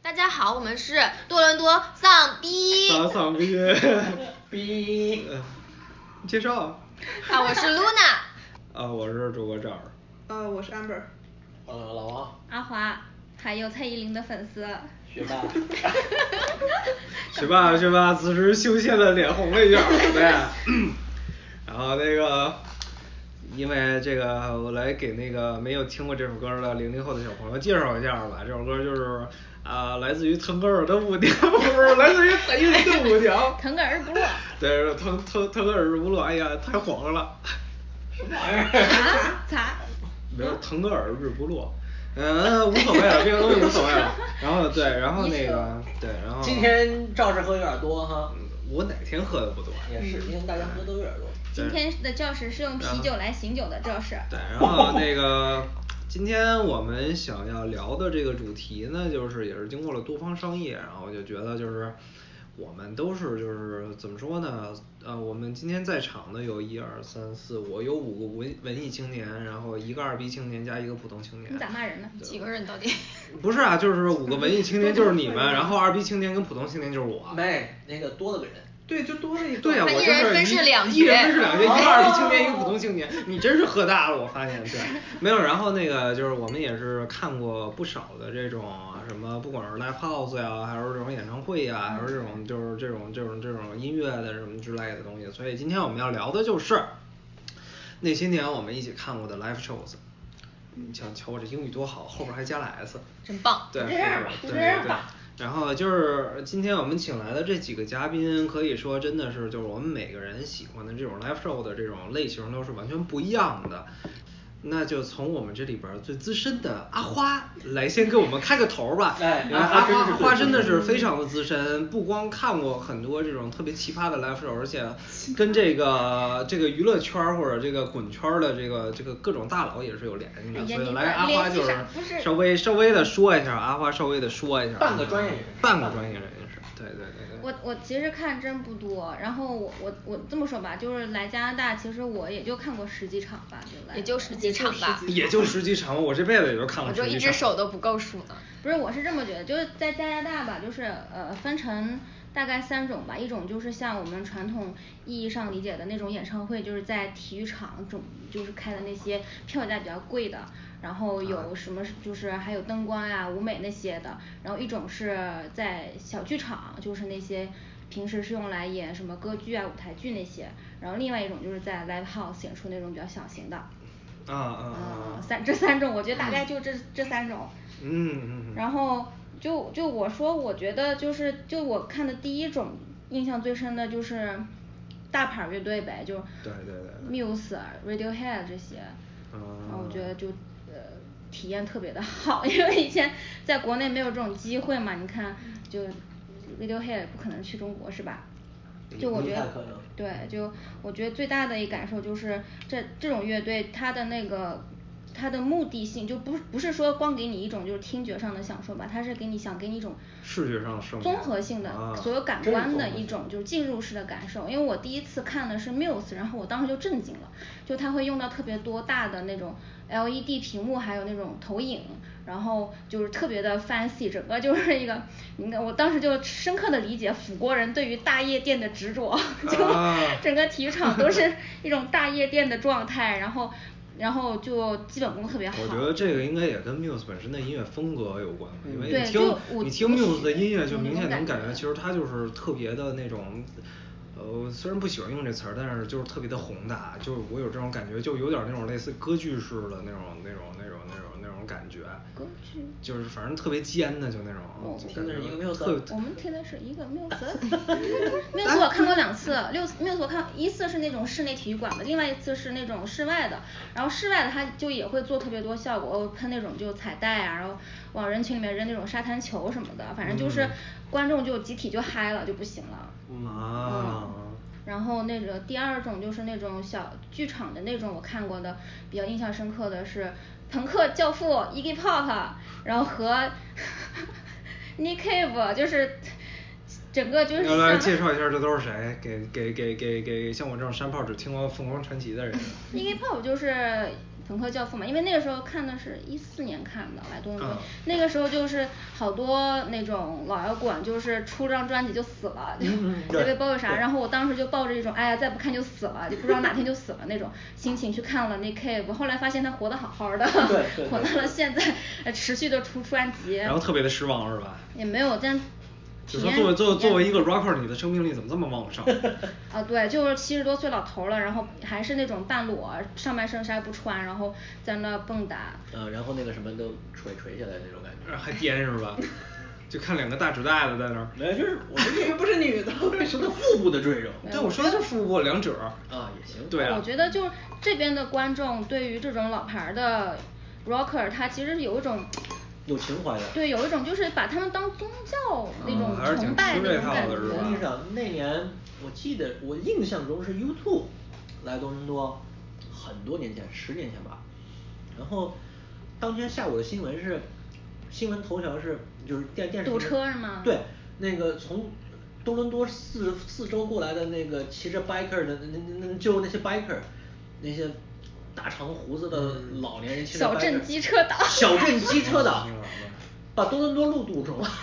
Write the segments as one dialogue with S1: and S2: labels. S1: 大家好，我们是多伦多丧 逼。
S2: 打嗓逼，逼。呃介绍。
S1: 啊，我是 Luna。
S2: 啊，我是主播赵儿。
S3: 呃，我是 Amber。
S4: 呃，老王，
S5: 阿华，还有蔡依林的粉丝。
S4: 学霸，
S2: 学霸学霸，此时羞怯的脸红了一下儿，对。 然后那个，因为这个我来给那个没有听过这首歌的零零后的小朋友介绍一下儿吧，这首歌就是啊、来自于腾格尔的舞娘，不是来自于蔡依林的舞娘。
S5: 腾格尔部落。
S2: 对，腾腾腾格尔部落，哎呀，太黄了。
S4: 什么玩意儿？
S5: 咋？
S2: 没
S5: 啊
S2: 有腾格尔日不落，呃，无所谓了，这个东西无所谓了。啊然后对，然后那个对，然后嗯
S4: 今天赵氏喝有点多哈，
S2: 我哪天喝的不多呀？
S4: 也
S5: 嗯
S4: 是，今天大家喝都有点多。
S5: 今天的教室是用啤酒来醒酒的教室。
S2: 对，然后那个今天我们想要聊的这个主题呢，就是也是经过了多方商议，然后我就觉得就是我们都是就是怎么说呢？呃，我们今天在场的有一二三四五，有五个文文艺青年，然后一个二逼青年加一个普通青年。
S5: 你咋骂人呢？
S1: 几个人到底？
S2: 不是啊，就是五个文艺青年就是你们，然后二逼青年跟普通青年就是我。
S4: 没，那个多了个人，
S3: 对，就多了一个。
S2: 对呀、啊
S1: 那
S2: 我
S1: 一
S2: 就
S1: 人
S2: 是
S1: 分
S2: 一
S1: 饰两
S2: 一人
S1: 角
S2: 分饰两角，一个二逼青年，一个普通青年。你真是喝大了，我发现对。没有，然后那个就是我们也是看过不少的这种什么，不管是 live house 呀，还是这种演唱会呀，还是这种就是这种这种这种音乐的什么之类的东西。所以今天我们要聊的就是那些年我们一起看过的 live shows。你瞧瞧我这英语多好，后边还加了 s，
S1: 真棒
S2: 对，
S3: 就
S2: 对
S3: 这样吧
S2: 对
S3: 就
S2: 对
S3: 这样
S2: 对
S3: 吧
S2: 然后就是今天我们请来的这几个嘉宾，可以说真的是就是我们每个人喜欢的这种 live show 的这种类型都是完全不一样的。那就从我们这里边儿最资深的阿花来先给我们开个头儿吧。
S4: 哎
S2: 因为
S4: 阿
S2: 阿
S4: 花真
S2: 花
S4: 是
S2: 阿花真的是非常的资深，不光看过很多这种特别奇葩的 live show，而且跟这个这个娱乐圈儿或者这个滚圈儿的这个这个各种大佬也是有联系的。
S5: 哎呀
S2: 所以
S5: 你
S2: 来阿
S5: 联
S2: 花
S5: 系
S2: 就是
S5: 上不是
S2: 稍微稍微的说一下，阿花稍微的说一下，嗯
S4: 半个专业人士
S2: 半个专业人士，对对对对。
S5: 我我其实看真不多，然后我我我这么说吧，就是来加拿大，其实我也就看过十几场吧，就来
S1: 也就十几场吧，
S2: 也就十几场，我这辈子也就看
S1: 我
S2: 过十几
S1: 就一
S2: 场。
S1: 只手都不够数呢。
S5: 不是，我是这么觉得，就是在加拿大吧，就是呃分成大概三种吧，一种就是像我们传统意义上理解的那种演唱会，就是在体育场种就是开的那些票价比较贵的，然后哦
S1: 啊
S5: 有什么就是还有灯光呀、舞美那些的，然后一种是在小剧场，就是那些。平时是用来演什么歌剧啊、舞台剧那些，然后另外一种就是在 live house 演出那种比较小型的，
S2: 啊啊
S5: 啊
S2: 啊！
S5: 三这三种，我觉得大概就这、这三种。
S2: 嗯嗯嗯。
S5: 然后就就我说，我觉得就是就我看的第一种印象最深的就是大牌儿乐队呗，就
S2: 对对对
S5: Muse、Radiohead 这些，
S2: 嗯
S5: 然后我觉得就
S2: 啊
S5: 呃体验特别的好， 因为以前在国内没有这种机会嘛，你看就呃 Radiohead 不可能去中国是吧？就我
S4: 不
S5: 觉
S4: 太
S5: 得
S4: 可能，
S5: 对，就我觉得最大的一感受就是这这种乐队，它的那个它的目的性就不不是说光给你一种就是听觉上的享受吧，它是给你想给你一种
S2: 视觉上的盛
S5: 综
S2: 宴
S5: 合性的、
S2: 啊
S5: 所有感
S4: 真是
S5: 官
S4: 综
S5: 的
S4: 合
S5: 一
S4: 性
S5: 种就是进入式的感受。因为我第一次看的是 Muse，然后我当时就震惊了，就它会用到特别多大的那种 LED 屏幕，还有那种投影，然后就是特别的 fancy，整个就是一个，你看我当时就深刻的理解法国人对于大夜店的执着，就、
S2: 啊
S5: 整个体育场都是一种大夜店的状态，然后。然后就基本功特别好。
S2: 我觉得这个应该也跟 Muse 本身的音乐风格有关吧，因为
S5: 对
S2: 你
S5: 就
S2: 听
S5: 舞
S2: 你听
S5: 舞曲
S2: Muse 的音乐，就
S5: 有那
S2: 明显
S5: 种
S2: 能
S5: 感
S2: 感觉，
S5: 觉
S2: 其实它就是特别的那种，呃，虽然不喜欢用这词儿，但是就是特别的宏大，就是我有这种感觉，就有点那种类似歌剧式的那种那种那种那种那种感觉，
S5: 歌剧哦
S2: 就是反正特别尖的，就那种
S5: 我
S2: 就
S4: 听
S2: 感
S4: 的
S2: 觉
S4: 是一个 Muse
S2: 特
S5: 我们听的是一个 Muse，Muse 我看过两次，六 Muse 我看一次是那种室内体育馆的，另外一次是那种室外的。然后室外的它就也会做特别多效果，喷那种就彩带啊，然后往人群里面扔那种沙滩球什么的，反正就是
S2: 嗯
S5: 观众就集体就嗨了就不行了。
S2: 啊。
S5: 然后那个第二种就是那种小剧场的那种，我看过的比较印象深刻的是朋克教父 Iggy Pop，然后和 Nick Cave，就是整个就是
S2: 要来
S5: 像
S2: 介绍一下这都是谁？ 给给给给给像我这种山炮只听过凤凰传奇的人。
S5: Iggy Pop 就是朋克教父》嘛，因为那个时候看的是一四年看的《来东东
S2: 啊》，
S5: 那个时候就是好多那种老摇滚，就是出张专辑就死了，就
S2: 嗯嗯
S5: 就
S2: 对
S5: 被包括啥，
S2: 对
S5: 然后我当时就抱着一种哎呀再不看就死了，就不知道哪天就死了那种心情去看了那 Cave，后来发现他活得好好的
S4: 对对，
S5: 活到
S4: 对
S5: 了现在，呃持续的出专辑，
S2: 然后特别的失望是吧？
S5: 也没有但。
S2: 就说
S5: 体验
S2: 作为作为
S5: 体验
S2: 作为一个 rocker，你的生命力怎么这么旺 盛？
S5: 啊，对，就是七十多岁老头儿了，然后还是那种半裸，上半身啥也不穿，然后在那蹦跶。
S4: 嗯，然后那个什么都垂垂下来那种感觉。
S2: 还颠是吧？就看两个大纸袋子在那儿。
S4: 没有，就是我们
S3: 又不是女的，
S4: 这是个腹部的赘肉
S2: 对，我说的就是腹部两者。
S4: 啊，也行。
S2: 对啊
S5: 我觉得就是这边的观众对于这种老牌儿的 rocker，他其实有一种，
S4: 有情怀的。
S5: 对，有一种就是把他们当宗教那种
S2: 嗯还是挺
S5: 崇拜
S2: 吃
S5: 那
S2: 这
S5: 种
S2: 套
S5: 感
S2: 的是吧
S5: 觉。
S4: 实际上那年我记得我印象中是 U two 来多伦多，很多年前，十年前吧。然后当天下午的新闻是，新闻头条是就是电电视
S5: 堵
S4: 新闻
S5: 车是吗
S4: 对，那个从多伦多四四周过来的那个骑着 biker 的那那那就那些 biker，那些大长胡子的老年人骑着
S5: 小
S4: biker
S5: 镇机车党
S4: 小镇机车党
S2: 明白明白，
S4: 把多伦多路堵住了。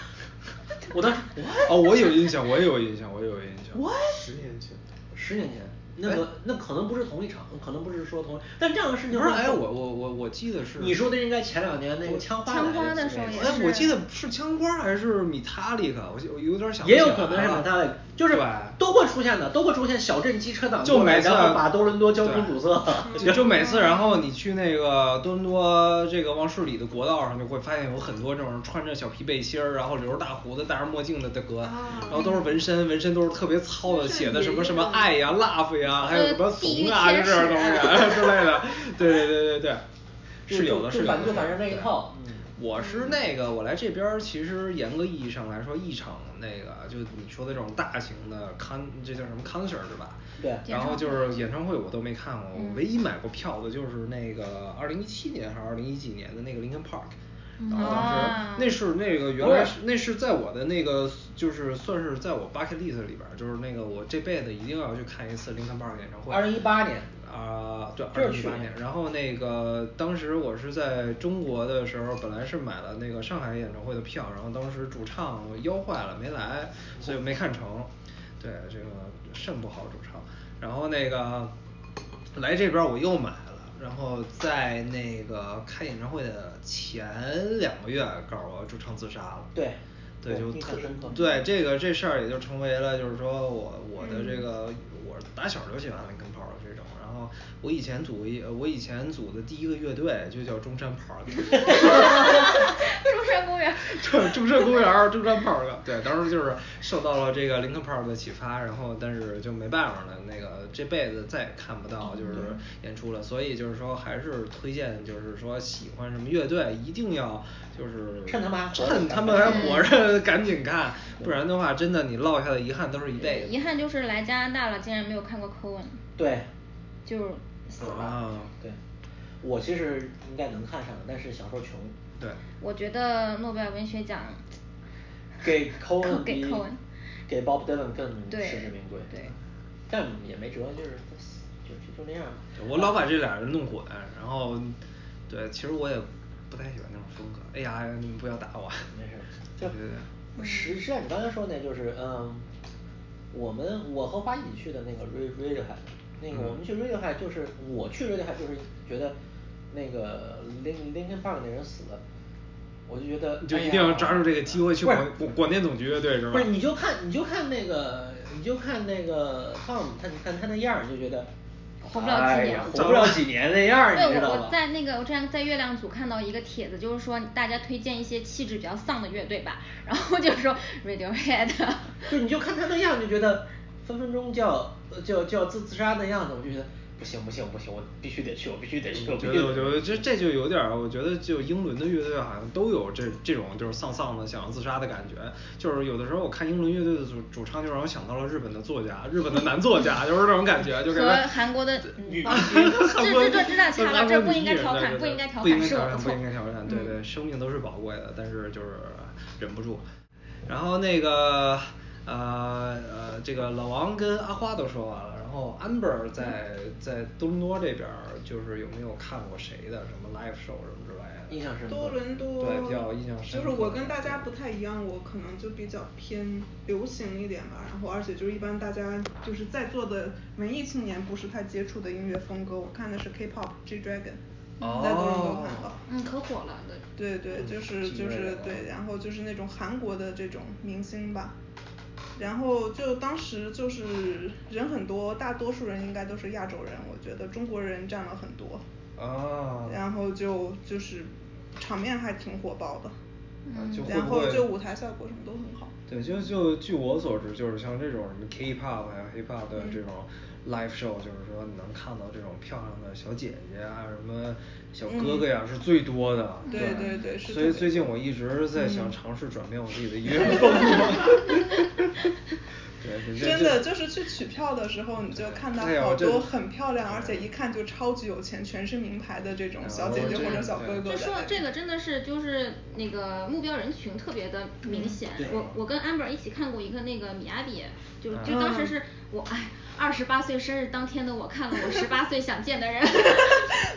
S4: 我当时
S2: 哦，我有印象，我也有印象，我也有印象。
S4: What？
S2: 十年前。
S4: 十年前，
S2: 哎
S4: 那个那可能不是同一场，可能不是说同，但这样的事情
S2: 不是，
S4: 会
S2: 哎，我我我我记得是。
S4: 你说的应该前两年那个枪花
S5: 枪花
S4: 来
S5: 的
S4: 时
S5: 时候
S4: 候
S5: 也
S2: 哎，我
S5: 是
S2: 记得是枪花还是米塔利克，我记我有点想不
S4: 也
S2: 起
S4: 有
S2: 来
S4: 可能是
S2: 了
S4: 把他的，就是
S2: 对
S4: 都会出现的，都会出现小镇机车党
S2: 就
S4: 过来，
S2: 每次
S4: 然后把多伦多交通堵塞。
S2: 对就就每次，然后你去那个多伦多这个往市里的国道上，就会发现有很多这种穿着小皮背心儿，然后留着大胡子、戴着墨镜的大哥，然后都是纹身，纹身啊都是特别糙的，写的什呃么什么爱呀、love 呀，还有什么怂啊，就这种东西之类的。对对对对对。 是有的，
S4: 就是
S2: 有
S4: 反
S2: 的，
S4: 就反正那一
S2: 对
S4: 套嗯
S2: 我是那个，我来这边儿其实严格意义上来说，一场那个就你说的这种大型的 con，这叫什么 concert 是吧？
S4: 对
S2: 然后就是演唱会我都没看过，我唯一买过票的就是那个二零一七年还是二零一几年的那个林肯 Park。然后当时
S5: 啊
S2: 那是那个原来是那是在我的那个就是算是在我 bucket list 里边儿，就是那个我这辈子一定要去看一次林肯 Park 演唱会。
S4: 2018年
S2: 啊、对，
S4: 这
S2: 二
S4: 是
S2: 零一
S4: 去
S2: 八
S4: 年
S2: 年。然后那个当时我是在中国的时候，本来是买了那个上海演唱会的票，然后当时主唱腰坏了没来，所以没看成。对，这个肾不好主唱。然后那个来这边儿我又买了。然后在那个开演唱会的前两个月，告诉我主唱自杀了。
S4: 对
S2: 对，
S4: 我
S2: 就
S4: 印象
S2: 特
S4: 深刻
S2: 对这个这事儿也就成为了，就是说我我
S4: 嗯
S2: 的这个、我打小就喜欢林肯 Park 这种，然后我以前组一我以前组的第一个乐队就叫中山 Park，
S5: 中山公园。
S2: 对，中山公园儿中山 Park，对，当时就是受到了这个林肯 Park 的启发，然后但是就没办法了，那个这辈子再也看不到就是
S4: 嗯
S2: 演出了，所以就是说还是推荐就是说喜欢什么乐队一定要就是
S4: 趁他们还活着
S2: 趁他们还活着赶紧看，不然的话真的你落下的遗憾都是一辈子
S5: 遗。憾就是来加拿大了，竟然没有看过 Cohen，
S4: 对，
S5: 就是死了。
S2: 啊，
S4: 对，我其实应该能看上的，但是小时候穷。
S2: 对，
S5: 我觉得诺贝尔文学奖
S4: 给 Cohen
S5: 给
S4: 比
S5: Cohen
S4: 给 Bob Dylan 更
S5: 对
S4: 实嗯至名归。
S5: 对，
S4: 但也没辙，就是就就就那样吧。
S2: 我老把这俩人弄混，然后对，其实我也不太喜欢那种风格。哎呀，你们不要打我。
S4: 没事儿，就
S2: 对对对。
S4: 实实际上你刚才说那就是嗯，我们我和花一起去的那个 Ray Radiohead，那个
S2: 嗯
S4: 我们去 Radiohead 就是我去 Radiohead 就是觉得那个 Lin Linkin Park 那人死了，我就觉得
S2: 你就
S4: 哎
S2: 一定要
S4: 呀
S2: 抓住这个机会去
S4: 不
S2: 广
S4: 是
S2: 广广电总局乐队是吧？
S4: 不是，你就看你就看那个你就看那个 Tom，他你看他那样儿你就觉得。
S5: 活不了几
S4: 哎
S5: 年
S4: 呀活不了几年那样儿，你
S5: 对，
S4: 知道
S5: 我
S4: 吧
S5: 我？在那个我之前在月亮组看到一个帖子，就是说大家推荐一些气质比较丧的乐队吧，然后就说 Radiohead，
S4: 就你就看他那样儿，就觉得分分钟就要呃就要就要自自杀那样子，我就觉得不行不行不行，我必须得去，我必须得去，我
S2: 我
S4: 必
S2: 觉
S4: 须
S2: 得，我
S4: 得
S2: 觉
S4: 去。
S2: 得这这就有点儿，我觉得就英伦的乐队好像都有这这种就是丧丧的想要自杀的感觉。就是有的时候我看英伦乐队的主主唱，就让我想到了日本的作家，日本的男作家，就是这种感觉，就感
S5: 和
S2: 觉
S5: 韩国的
S4: 女
S5: 嗯，暴君
S2: 韩国
S5: 这这这这俩差了，
S2: 韩国
S5: 这不
S2: 女
S5: 应该
S2: 艺人
S5: 调侃，
S2: 对对
S5: 不
S2: 对
S5: 应该调
S2: 不应
S5: 侃，
S2: 该
S5: 是嗯
S2: 调
S5: 我
S2: 侃，
S5: 错，
S2: 不应该调侃，对对，生命都是宝贵的，但是就是忍不住。然后那个呃呃，这个老王跟阿花都说完了，然然后 Amber 在
S4: 嗯
S2: 在多伦多这边儿就是有没有看过谁的什么 live show 什么之类的？
S4: 印象深刻
S3: 多伦多
S2: 对比较印象深
S3: 就
S2: 刻
S3: 是我跟大家不太一样，我可能就比较偏流行一点吧，然后而且就是一般大家就是在座的文艺青年不是太接触的音乐风格，我看的是 K-pop G Dragon，在多伦多看到
S2: 哦。
S5: 嗯，可火了，
S3: 对
S5: 对。
S3: 对，就
S2: 嗯
S3: 是
S2: 几
S3: 就
S2: 位
S3: 是
S2: 了
S3: 对，然后就是那种韩国的这种明星吧。然后就当时就是人很多，大多数人应该都是亚洲人，我觉得中国人占了很多，
S2: 啊，
S3: 然后就就是场面还挺火爆的，
S5: 嗯
S2: 啊就会
S3: 嗯然
S2: 不
S3: 后
S2: 会
S3: 就舞台效果什么都很好。
S2: 对，就就据我所知，就是像这种什么 K-pop 呀、Hip-hop 的这种
S3: 嗯
S2: live show，就是说你能看到这种漂亮的小姐姐啊，什么小哥哥呀，是最多的。
S3: 嗯对
S2: 对
S3: 对对是嗯
S2: 所以
S3: 特别
S2: 最近我一直在想尝试转变我自己的音乐风格。 对，这
S3: 真
S2: 这
S3: 的就是去取票的时候，你就看到
S2: 哎呦
S3: 好
S2: 这
S3: 多很漂亮，而且一看就超级有钱，全是名牌的这
S2: 啊
S3: 种小姐姐或者小哥哥
S5: 就
S3: 的。
S5: 说到这个真的是就是那个目标人群特别的明显
S4: 对。
S5: 我我跟 Amber 一起看过一个那个米亚比，就
S2: 啊
S5: 就当时是我哎二十八岁生日当天的我看了我十八岁想见的人。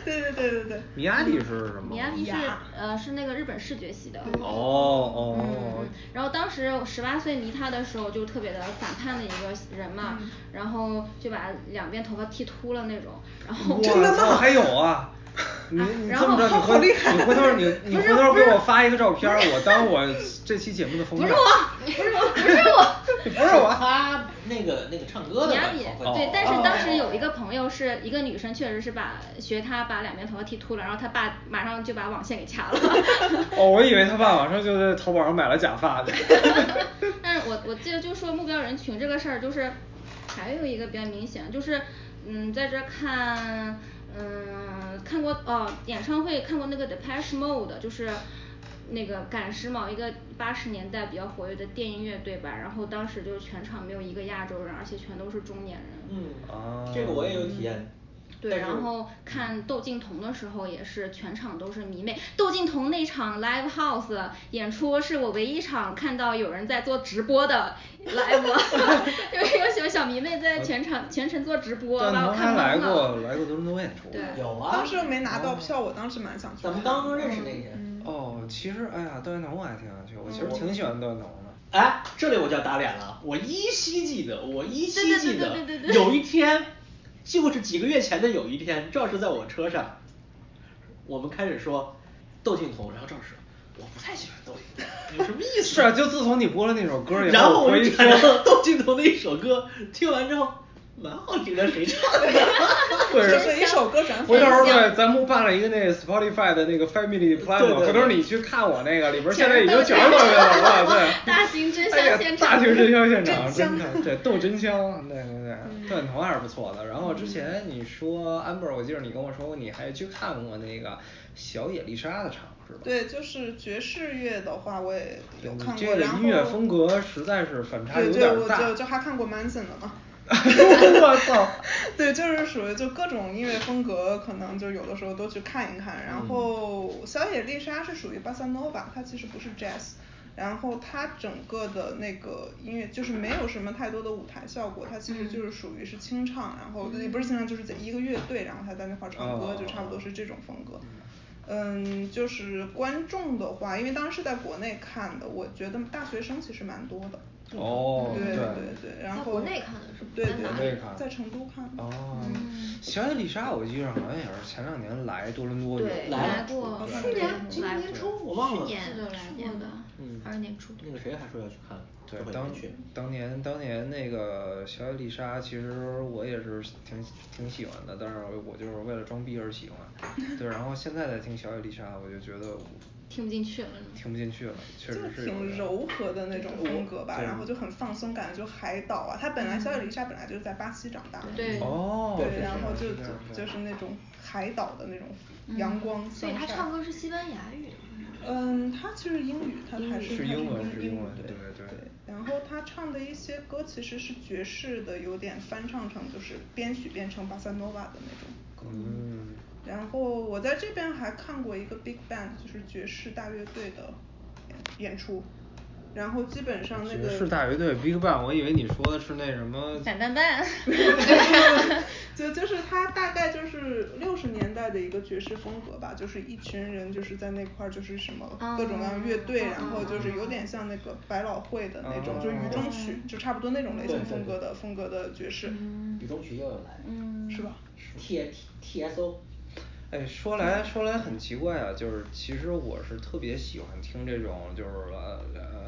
S3: 对对对对对。
S2: 米亚蒂是什么？
S5: 米亚比是
S3: 雅
S5: 呃是那个日本视觉系的。
S2: 哦
S5: 嗯
S2: 哦
S5: 嗯，，然后当时我十八岁迷他的时候，就特别的反叛的一个人嘛，然后就把两边头发剃秃了那种，然后
S2: 真的吗？还有啊。你 你
S5: 然
S2: 这么着，
S5: 后
S2: 你回你回头儿你你
S5: 不
S2: 回
S5: 是
S2: 头儿
S5: 不
S2: 给
S5: 是
S2: 我发一个照片儿，我当我这期节目的封
S5: 不
S2: 面。
S5: 是我，不是我，不是我。
S2: 不是我，
S4: 他那个那个唱歌的
S5: 米
S4: 吧
S5: 亚比
S4: 好像
S5: 对
S2: 哦，
S5: 但是当时
S4: 哦
S5: 有一个朋友是一个女生，确实是把学她把两边头发剃秃了，然后她爸马上就把网线给 掐了。
S2: 哦，我以为他爸马上就在淘宝上买了假 发呢。
S5: 但是我我记得就说目标人群这个事儿，就是还有一个比较明显，就是嗯，在这儿看嗯看过哦演唱会看过那个 Depeche Mode，就是那个赶时髦一个八十年代比较活跃的电音乐队吧，然后当时就是全场没有一个亚洲人，而且全都是中年人。
S4: 嗯
S2: 啊
S4: 这个我也有体验。
S5: 对，
S4: 但是
S5: 然后看窦靖童的时候也是全场都是迷妹。窦靖童那场 live house 演出是我唯一一场看到有人在做直 播的 live，因 为有小小迷妹在全场全程做直播，
S2: 但
S5: 把我
S2: 他
S5: 看
S2: 还
S5: 懵
S2: 来过
S5: 了。
S2: 来过多伦多演出。
S5: 对
S4: 有啊，
S3: 当时没拿到票，我当时蛮想去看的。
S4: 咱们
S3: 嗯
S4: 当中认识那个人。
S2: 哦，其实哎呀，段云彤我还挺想去，我其实
S5: 嗯
S2: 挺喜欢段云彤的。
S4: 哎，这里我就要打脸了，我依稀记得，我依稀记得
S5: 对对对对对对
S4: 有一天，就是几个月前的有一天，赵是在我车上，我们开始说窦靖童，然后赵是说我不太喜欢窦靖童，有什么意思？
S2: 是啊，就自从你播了那首歌以后，
S4: 然后
S2: 我
S4: 我
S2: 一
S4: 就
S2: 听
S4: 看到窦靖童的一首歌，听完之后蛮好听的，谁唱 的？
S2: 对
S3: 就是一首歌转
S2: 回头儿
S3: 粉
S2: 对，咱们办了一个那个 Spotify 的那个 Family Plan，
S4: 对
S2: 回头儿你去看我那个里边，现在已经全是窦靖童了，对。
S5: 大型真相
S2: 哎呀
S5: 现
S2: 大
S5: 场
S2: 型真相现场，真的，对，窦真香，对对
S3: 嗯
S2: 对，窦靖童还是不错的。然后之前你说 Amber，我记得你跟我说过，你还去看过那个小野丽莎的场，是吧？
S3: 对，就是爵士乐的话，我也
S2: 对
S3: 有
S2: 你
S3: 看
S2: 这
S3: 过。
S2: 个
S3: 然后
S2: 音乐风格实在是反差有
S3: 对对，
S2: 点
S3: 我
S2: 大。
S3: 就就还看过 Manson 的嘛。
S2: 我 操！
S3: 对，就是属于就各种音乐风格，可能就有的时候都去看一看。
S2: 嗯
S3: 然后小野丽莎是属于巴塞诺瓦，它其实不是 jazz。然后它整个的那个音乐就是没有什么太多的舞台效果，它
S1: 嗯
S3: 其实就是属于是清唱，然后也不是清唱，就是在一个乐队，然后他在那块儿唱
S2: 哦
S3: 歌，就差不多是这种风格。嗯，就是观众的话，因为当时是在国内看的，我觉得大学生其实蛮多的。
S2: 哦，
S3: 对
S2: 对
S3: 对，然
S1: 在
S3: 后
S1: 国内看的是吗
S3: 对
S1: 在
S3: 对
S1: 哪
S2: 国内
S3: 对
S2: 看，
S3: 在成都看的。嗯
S2: 哦，小野丽莎，我记得好像也是前两年来多伦多有
S1: 对，
S4: 来
S1: 来
S4: 了
S1: 过，
S4: 对
S1: 来
S4: 去年今
S1: 来
S4: 年
S1: 过
S4: 初我忘了
S1: 去年
S5: 是的来
S1: 去
S5: 过
S1: 年
S5: 的
S1: 的
S4: 嗯，
S1: 还是年初。
S4: 那个谁还说要去看，
S2: 对
S4: 这，回
S2: 当
S4: 没去。
S2: 当年当年那个小野丽莎，其实我也是挺挺喜欢的，但是我就是为了装逼而喜 欢。对，然后现在再听小野丽莎，我就觉得我
S5: 听不进去了呢。
S2: 听不进去了，确
S3: 就
S2: 实是有
S3: 挺
S2: 点
S3: 柔和的那种风格吧，
S2: 对
S3: 然后就很放松，感觉就海岛啊。她本来小野丽莎本来就是在巴西长大的，
S5: 对
S2: 哦是
S3: 对，
S2: 这
S3: 然后
S2: 样
S3: 就是
S2: 这样这
S3: 就就
S2: 样
S3: 是那种海岛的那种阳光
S1: 嗯所
S3: sunshine。
S1: 以他唱歌是西班牙语的。
S3: 嗯，他其实英语，他还是
S2: 是
S3: 他
S2: 英文是
S3: 英
S2: 英文
S3: 对
S2: 对对对
S3: 然后他唱的一些歌其实是爵士的，有点翻唱成就是编曲变成巴塞诺瓦的那种歌。
S2: 嗯，
S3: 然后我在这边还看过一个 big band，就是爵士大乐队的演演出。然后基本上那
S2: 爵
S3: 个
S2: 士大 乐队 Big Bang，我以为你说的是那什么。
S5: 散蛋 蛋，
S3: 就就是他大概就是六十年代的一个爵士风格吧，就是一群人就是在那块儿就是什么各种各样乐队，
S5: 哦
S3: 然后就是有点像那个百老汇的那种，
S2: 哦
S3: 就是雨中曲，就差不多那种类
S4: 对
S3: 型
S4: 对
S3: 风格的
S4: 对
S3: 风格的爵士，
S4: 雨中曲又有来
S5: 嗯，
S3: 是吧？
S4: ，T T T S O，
S2: 哎，说来说来很奇怪啊，就是其实我是特别喜欢听这种就是呃呃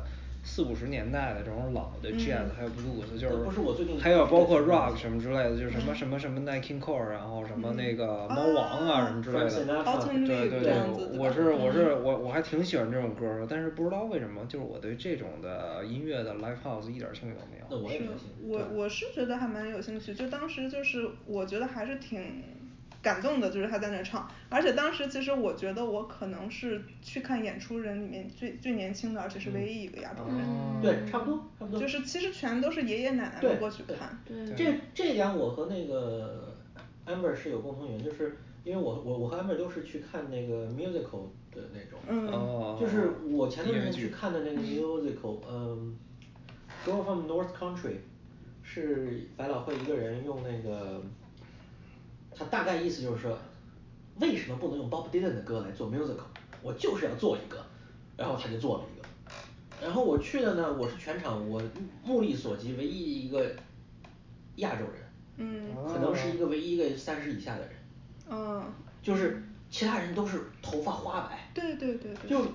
S2: 四五十年代的这种老
S3: 嗯
S2: 的 jazz，、还有 blues，就是
S4: 这不是我最近
S2: 还有包括
S4: 最近
S2: rock 什么之类的，就是什
S3: 嗯
S2: 么什么什么 n i k e Core，然后什么那个猫王啊、
S3: 啊
S2: 什么之类的。
S4: Frank Sinatra，
S3: Elton
S2: 对
S3: Lee
S2: 对
S3: 这
S2: 对
S3: 样子，，
S2: 我
S3: 对吧嗯
S2: 是我是我我还挺喜欢这种歌的，但是不知道为什么，就是我对这种的音乐的 live house 一点兴趣都没有。
S4: 那我也
S3: 是
S4: 没有兴趣。
S3: 我我是觉得还蛮有兴趣，就当时就是我觉得还是挺感动的，就是他在那唱，而且当时其实我觉得我可能是去看演出人里面最最年轻的，而且是唯一一个亚洲人，
S4: 嗯
S2: 哦
S4: 对，差不多，差不多。
S3: 就是其实全都是爷爷奶奶
S4: 对
S3: 们过去
S4: 对
S3: 看，
S4: 这这点我和那个 Amber 是有共同语言，就是因为我我我和 Amber 都是去看那个 musical 的那种，
S3: 嗯，
S2: 哦，
S4: 就是我前段时间
S2: 音乐
S4: 去
S2: 剧
S4: 看的那个 musical，嗯，《Girl from North Country》，是百老汇一个人用那个，他大概意思就是说，为什么不能用 Bob Dylan 的歌来做 musical？我就是要做一个，然后他就做了一个。然后我去的呢，我是全场我目力所及唯一一个亚洲人，
S3: 嗯
S4: 可能是一个唯一一个三十以下的人，
S3: 嗯，
S4: 就是其他人都是头发花白，
S3: 对对对对，
S4: 就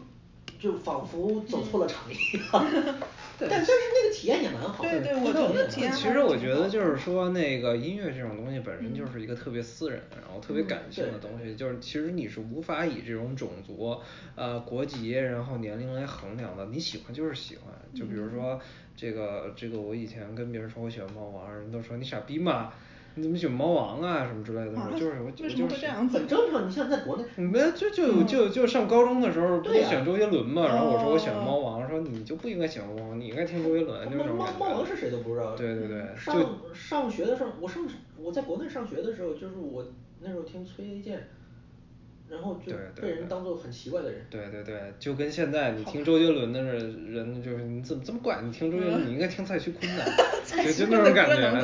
S4: 就仿佛走错了场一 样。但但是那个体验也蛮好的。
S3: 对对，我觉得体验还
S2: 其
S3: 是
S2: 实我
S3: 挺
S2: 觉
S3: 好
S2: 得
S3: 的
S2: 就是说，那个音乐这种东西本身
S3: 嗯
S2: 就是一个特别私人，然后特别感性的东西，就是其实你是无法以这种种族、呃国籍，然后年龄来衡量的。你喜欢就是喜欢，就比如
S3: 嗯
S2: 说这个这个，我以前跟别人说我喜欢猫王，人都说你傻逼嘛，你怎么喜欢猫王啊什么之类的，
S3: 啊
S2: 我就是我就我
S3: 为什
S2: 就
S3: 么会
S2: 是
S3: 这。样子
S4: 很？正常。你像在国内，
S2: 你们就就就就上高中的时候，不
S4: 嗯对
S2: 是
S4: 呀
S2: 选周杰伦嘛？然后我说我喜欢
S3: 哦
S2: 猫王，说你就不应该喜欢猫王，你应该听周杰伦，就
S4: 猫
S2: 这种
S4: 猫
S2: 感觉。
S4: 猫王是谁都不知道。嗯
S2: 对对对，
S4: 上
S2: 就
S4: 上学的时候，我上我在国内上学的时候，就是我那时候听崔健，然后就
S2: 对对
S4: 被
S2: 对
S4: 人当做很奇怪的人。
S2: 对对对，就跟现在你听周杰伦的人，人就是你怎么这么怪？你听周杰伦，你应该听蔡徐坤的，就就那种感觉。啊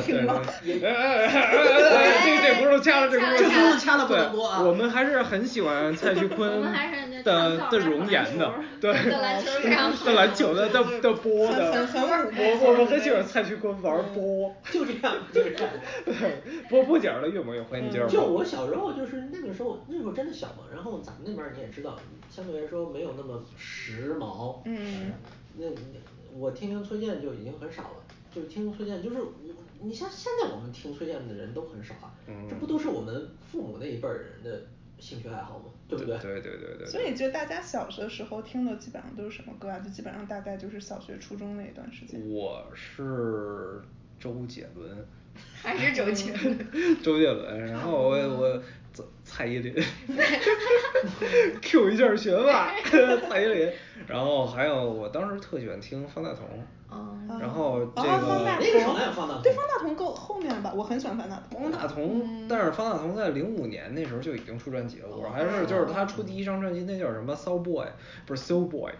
S2: 对对，哎哎哎哎哎，这这不是掐了，这不是掐了，
S4: 掐了不能
S2: 对
S4: 播啊
S2: 我们还是很喜欢蔡徐坤
S5: 我们还是那
S2: 的
S5: 唱跳
S2: 的
S5: 还是
S2: 容
S5: 篮
S2: 颜的
S5: 球，
S2: 对，
S5: 的篮球非常好
S2: 的篮球的的的波的，
S3: 很很很
S2: 我我们很喜欢蔡徐坤玩波，
S4: 就这样，就是这样。
S2: 波波姐儿的越抹越黑，你接着
S4: 嗯就
S2: 说
S4: 我小时候，就是那个时候，那时候真的小嘛。然后咱们那边儿你也知道，相对来说没有那么时髦。
S3: 嗯。
S4: 那我听听崔健就已经很少了，就听崔健，就是我，你像现在我们听崔健的人都很少啊，
S2: 嗯
S4: 这不都是我们父母那一辈儿人的兴趣爱好吗？对不
S2: 对对
S4: 对
S2: 对对对。
S3: 所以就大家小的时候听的基本上都是什么歌啊？就基本上大概就是小学、初中那一段时间。
S2: 我是周杰伦，
S5: 还是周杰伦。
S2: 周杰伦，然后我我蔡蔡依 林，Q 一下学霸 蔡依林，然后还有我当时特喜欢听方大同，
S1: 嗯，
S2: 然后
S3: 哦
S2: 这
S3: 方大
S2: 个
S4: 那
S3: 同
S4: 个时候哪有方大同
S3: 对，方大同够后面吧，我很喜欢方大同。
S2: 方大同，但是方大同在零五年那时候就已经出专辑了，我还是就是他出第一张专辑那叫什么骚 boy，不是 so boy，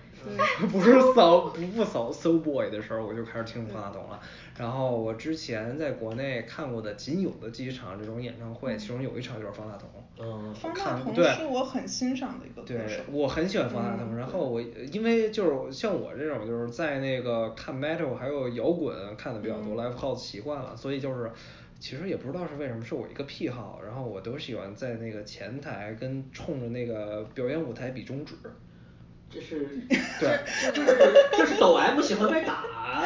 S2: 不 是骚不不骚 so boy 的时候我就开始听方大同了。然后我之前在国内看过的仅有的几场这种演唱会，其中有一场就是方大同。
S4: 嗯，
S3: 方
S2: 看
S3: 大同
S2: 对
S3: 是我很欣赏的一个嗯歌
S2: 对
S3: 手，。
S2: 我很喜欢方大同。然后我因为就是像我这种就是在那个看 metal 还有摇滚看的比较多，live
S3: 嗯
S2: house 习惯了，所以就是其实也不知道是为什么，是我一个癖好。然后我都喜欢在那个前台跟冲着那个表演舞台比中指。
S4: 这是
S2: 对，
S4: 这是这是抖 M 喜欢被打。啊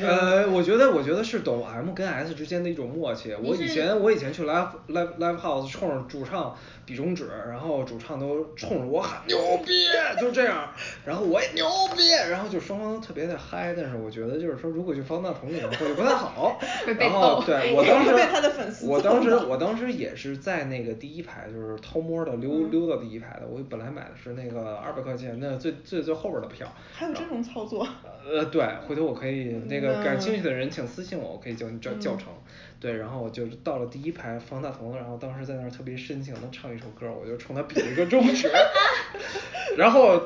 S2: 呃，我觉得我觉得是抖 M 跟 S 之间的一种默契。我以前我以前去 live live live house 冲着主唱比中指，然后主唱都冲着我喊牛逼，就这样，然后我也牛逼，然后就双方都特别的嗨。但是我觉得就是说，如果去方大同演唱会就不太 好。然后对我当时
S3: 会被他的粉丝
S2: 我当时
S3: 揍的
S2: 我当时也是在那个第一排，就是偷摸的溜
S3: 嗯
S2: 溜到第一排的。我本来买的是那个二百块钱的最最最后边的票，
S3: 还有这种操作，
S2: 呃，对，回头我可以
S1: 嗯
S2: 那个感兴趣的人请私信我，我可以教你教教程。对，然后我就到了第一排方大同，然后当时在那儿特 别深情的唱一首歌，我就冲他比了一个中指，然后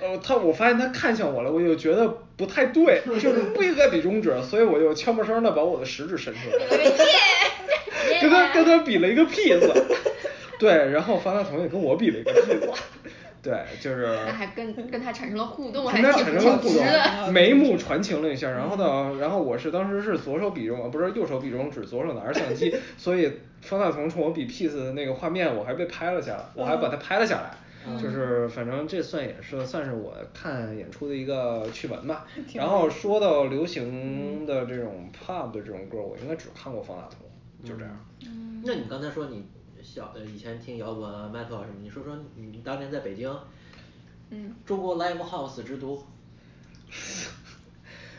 S2: 呃，他我发现他看向我了，我就觉得不太对，就是不应该比中指，所以我就悄没声的把我的食指伸出来，跟他跟他比了一个屁字，对，然后樊大同也跟我比了一个屁字， 对，就是
S1: 那还跟跟他产生了互动，还
S2: 跟
S1: 挺
S2: 他产生了
S1: 挺
S2: 互
S1: 值的。嗯
S2: 动，眉目传情了一下，然后呢，然后我是当时是左手比中，不是右手比中指，左手拿着相机，所以方大同冲我比 peace 的那个画面，我还被拍了下来，我还
S1: 嗯
S2: 把它拍了下来。就是，反正这算也是算是我看演出的一个趣闻吧。然后说到
S1: 嗯
S2: 流行的这种 pop 的这种歌，我应该只看过方大同，就这样。嗯
S4: 那你刚才说你小呃以前听摇滚啊、metal 啊什么，你说说你当年在北京，
S3: 嗯，
S4: 中国 live house 之都，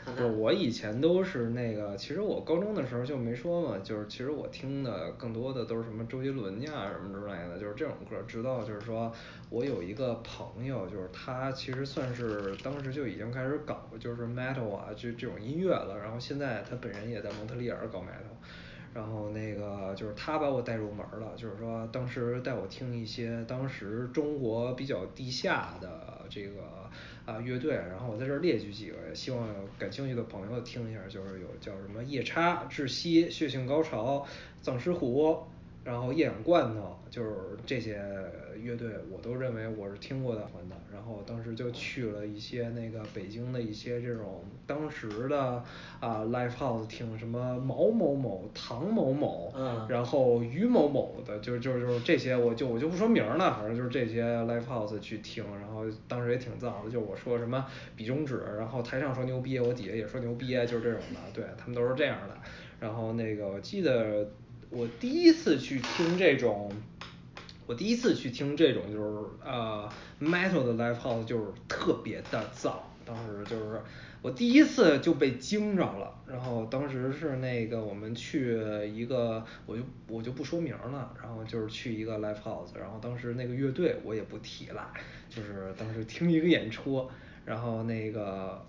S2: 不是，我以前都是那个，其实我高中的时候就没说嘛，就是其实我听的更多的都是什么周杰伦呀什么之类的，就是这种歌。直到就是说我有一个朋友，就是他其实算是当时就已经开始搞就是 metal 啊就这种音乐了，然后现在他本人也在蒙特利尔搞 metal。然后那个就是他把我带入门儿了，就是说当时带我听一些当时中国比较地下的这个啊乐队，然后我在这儿列举几个，希望有感兴趣的朋友听一下，就是有叫什么夜叉、窒息、血性高潮、藏尸湖，然后夜氧罐头，就是这些乐队我都认为我是听过的环的。然后当时就去了一些那个北京的一些这种当时的啊、live house 听什么毛某某、唐某某，
S4: 嗯
S2: 然后于某某的，就是就是就是这些，我就我就不说名儿了，反正就是这些 live house 去听，然后当时也挺燥的，就我说什么比中指，然后台上说牛逼，我底下也说牛逼，就是这种的，对他们都是这样的。然后那个我记得我第一次去听这种，我第一次去听这种就是呃 metal 的 live house 就是特别的燥，当时就是我第一次就被惊着了。然后当时是那个我们去一个，我就我就不说名儿了，然后就是去一个 live house，然后当时那个乐队我也不提了，就是当时听一个演出，然后那个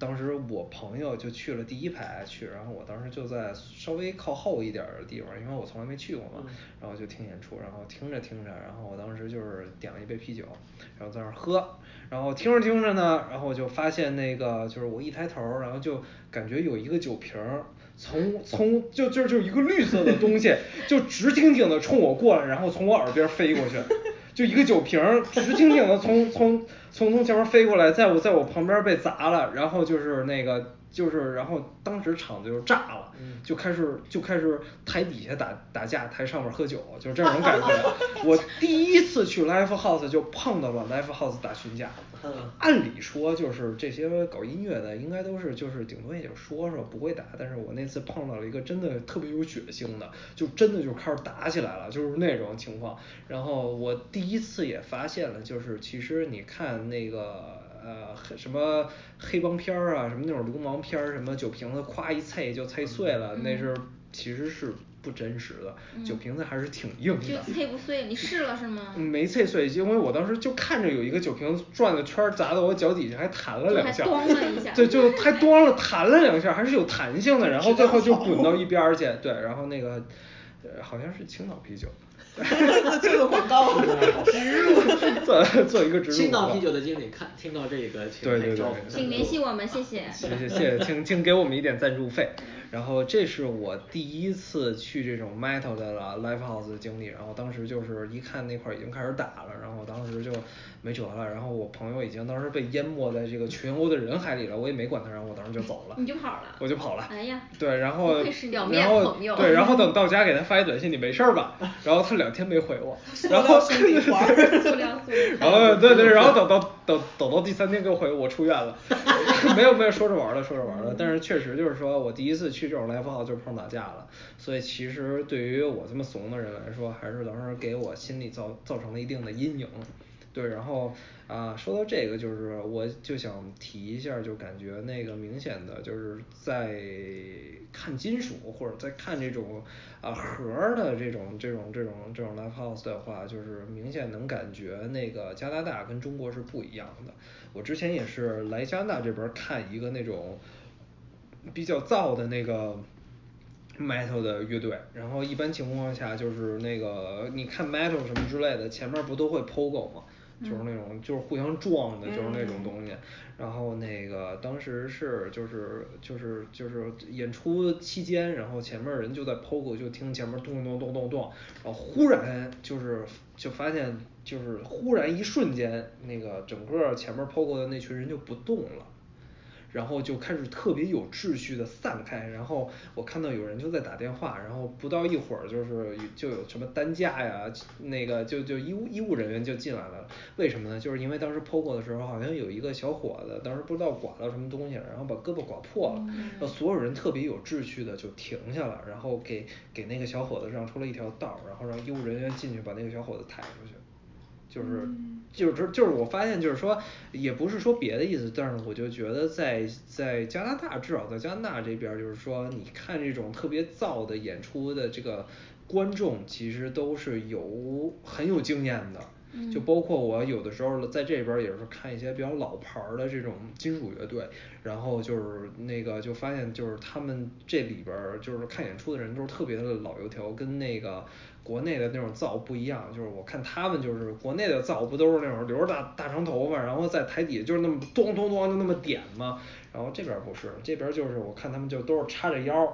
S2: 当时我朋友就去了第一排去，然后我当时就在稍微靠后一点儿的地方，因为我从来没去过嘛，然后就听演出，然后听着听着，然后我当时就是点了一杯啤酒，然后在那儿喝，然后听着听着呢，然后我就发现那个就是我一抬头儿，然后就感觉有一个酒瓶儿从从就就就一个绿色的东西就直挺挺的冲我过来，然后从我耳边飞过去。就一个酒瓶儿直挺挺的从 从从从前面飞过来，在我在我旁边被砸了，然后就是那个就是然后当时场子就炸了，就开始就开始台底下打打架，台上面喝酒，就是这种感觉。我第一次去 live house 就碰到了 live house 打群架，按理说就是这些搞音乐的应该都是就是顶多也就说说不会打，但是我那次碰到了一个真的特别有血性的，就真的就开始打起来了，就是那种情况。然后我第一次也发现了，就是其实你看那个呃黑什么黑帮片儿啊，什么那种流氓片儿，什么酒瓶子咵一碎就碎碎了，
S5: 嗯
S2: 那是其实是不真实的，酒瓶子还是挺硬的。
S5: 就嗯碎不碎？你试了是吗？
S2: 没碎碎，因为我当时就看着有一个酒瓶转的圈儿砸到我脚底下，还弹了两下，
S5: 就还咣了一下
S2: 对，就还咣了弹了 两下，还是有弹性的，然后最后就滚到一边儿去，对，然后那个呃好像是青岛啤酒，
S3: 这个广告植入。
S2: 做做啊一个植入，
S4: 青岛啤酒的经理看听到这个，请
S2: 对
S4: 来
S2: 对
S4: 找
S2: 对
S4: 我们
S5: 请联系我们，谢谢。
S2: 谢谢谢谢，请请给我们一点赞助费。然后这是我第一次去这种 metal 的 live house 的经历，然后当时就是一看那块儿已经开始打了，然后当时就没辙了，然后我朋友已经当时被淹没在这个群殴的人海里了，我也没管他，然后我当时就走了，
S5: 你就跑了
S2: 我就跑了，
S5: 哎呀
S2: 对，然后
S5: 不愧是两面
S2: 然后
S5: 朋友
S2: 对，然 后等到家给他发一短信，你没事儿 吧？然后他两天没回我，然后
S3: 塑料 兄弟团儿
S5: 塑料塑料
S2: 然后对对，然后等到等等到第三天给我回我出院了， 没有没有说着玩儿的说着玩儿的，但是确实就是说我第一次去这种 live house 就碰打架了，所以其实对于我这么怂的人来说，还是当时给我心里造造成了一定的阴影。对，然后啊，说到这个，就是我就想提一下儿，就感觉那个明显的就是在看金属或者在看这种啊盒儿的这种这种这种这种 live house 的话，就是明显能感觉那个加拿大跟中国是不一样的。我之前也是来加拿大这边儿看一个那种比较燥的那个 metal 的乐队，然后一般情况下就是那个你看 metal 什么之类的，前面不都会 pogo 吗？就是那种就是互相撞的，就是那种东西。然后那个当时是就是就是就是演出期间，然后前面人就在 POGO 就听前面咚咚咚咚咚，然后忽然就是就发现就是忽然一瞬间，那个整个前面 POGO 的那群人就不动了。然后就开始特别有秩序的散开，然后我看到有人就在打电话，然后不到一会儿就是就有什么担架呀，那个就就医务医务人员就进来了，为什么呢？就是因为当时 POGO 的时候，好像有一个小伙子，当时不知道剐到什么东西了，然后把胳膊剐破了，然后所有人特别有秩序的就停下了，然后给给那个小伙子让出了一条道儿，然后让医务人员进去把那个小伙子抬出去。就是就是就是我发现就是说，也不是说别的意思，但是我就觉得在在加拿大，至少在加拿大这边儿，就是说你看这种特别燥的演出的这个观众，其实都是有很有经验的。就包括我有的时候在这边儿也是看一些比较老牌儿的这种金属乐队，然后就是那个就发现就是他们这里边儿就是看演出的人都是特别的老油条，跟那个国内的那种造不一样。就是我看他们就是国内的造不都是那种留着大大长头发，然后在台底下就是那么咚咚咚就那么点嘛，然后这边儿不是，这边儿就是我看他们就都是叉着腰。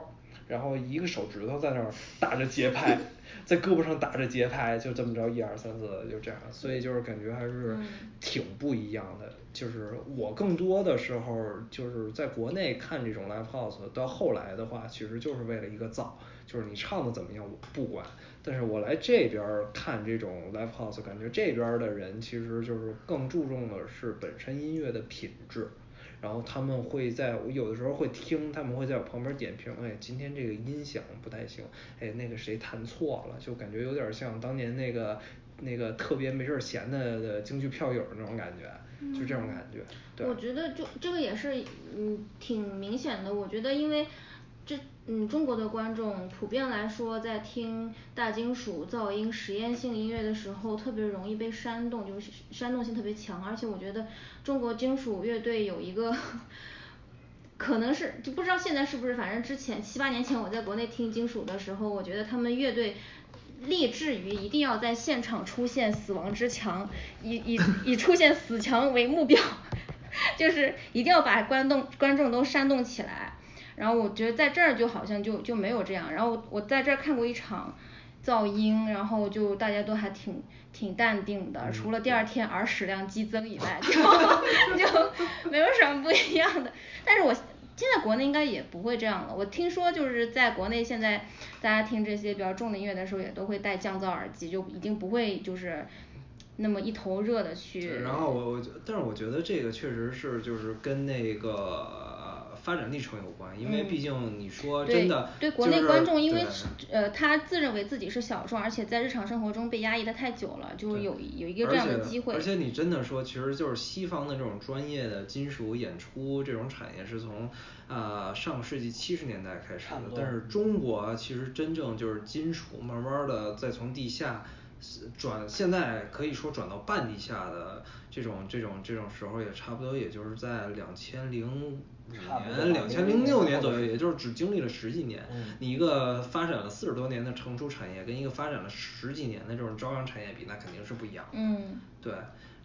S2: 然后一个手指头在那儿打着节拍，在胳膊上打着节拍，就这么着一二三四就这样，所以就是感觉还是挺不一样的。就是我更多的时候就是在国内看这种 live house，到后来的话，其实就是为了一个燥，就是你唱的怎么样我不管，但是我来这边儿看这种 live house，感觉这边儿的人其实就是更注重的是本身音乐的品质。然后他们会在我有的时候会听，他们会在我旁边点评，哎，今天这个音响不太行，哎，那个谁弹错了，就感觉有点像当年那个那个特别没事儿闲的的京剧票友那种感觉，就这种感觉。对，
S5: 嗯我觉得就这个也是嗯挺明显的，我觉得因为这嗯中国的观众普遍来说，在听大金属、噪音、实验性音乐的时候，特别容易被煽动，就是煽动性特别强，而且我觉得中国金属乐队有一个。可能是就不知道现在是不是，反正之前七八年前我在国内听金属的时候，我觉得他们乐队立志于一定要在现场出现死亡之墙，以以以出现死墙为目标， 就是一定要把观众观众都煽动起来。然后我觉得在这儿就好像就就没有这样。然后我在这儿看过一场噪音，然后就大家都还挺挺淡定
S2: 嗯
S5: 的，除了第二天耳屎量激增 以外，就就没有什么不一样的。但是我现在国内应该也不会这样了。我听说就是在国内现在大家听这些比较重的音乐的时候，也都会戴降噪耳机，就一定不会就是那么一头热的去
S2: 对。然后我我觉，但是我觉得这个确实是就是跟那个呃发展历程有关，因为毕竟你说真的，
S5: 嗯对对
S2: 就
S5: 国内
S2: 是
S5: 观众，因为
S2: 对
S5: 是呃他自认为自己是小众，而且在日常生活中被压抑的太久了，就是有有一个这样的机会。
S2: 而且。而且你真的说，其实就是西方的这种专业的金属演出这种产业是从呃上世纪七十年代开始
S4: 差不
S2: 的，
S4: 多
S2: 但是中国其实真正就是金属慢慢的再从地下。是转现在可以说转到半地下的这种这种这种时候也差不多，也就是在两千零五
S4: 差不
S2: 年、
S4: 多吧
S2: 两千零六年左右，
S4: 嗯
S2: 也就是只经历了十几年。
S4: 嗯
S2: 你一个发展了四十多年的成熟产业，跟一个发展了十几年的这种朝阳产业比，那肯定是不一样的。
S5: 嗯
S2: 对，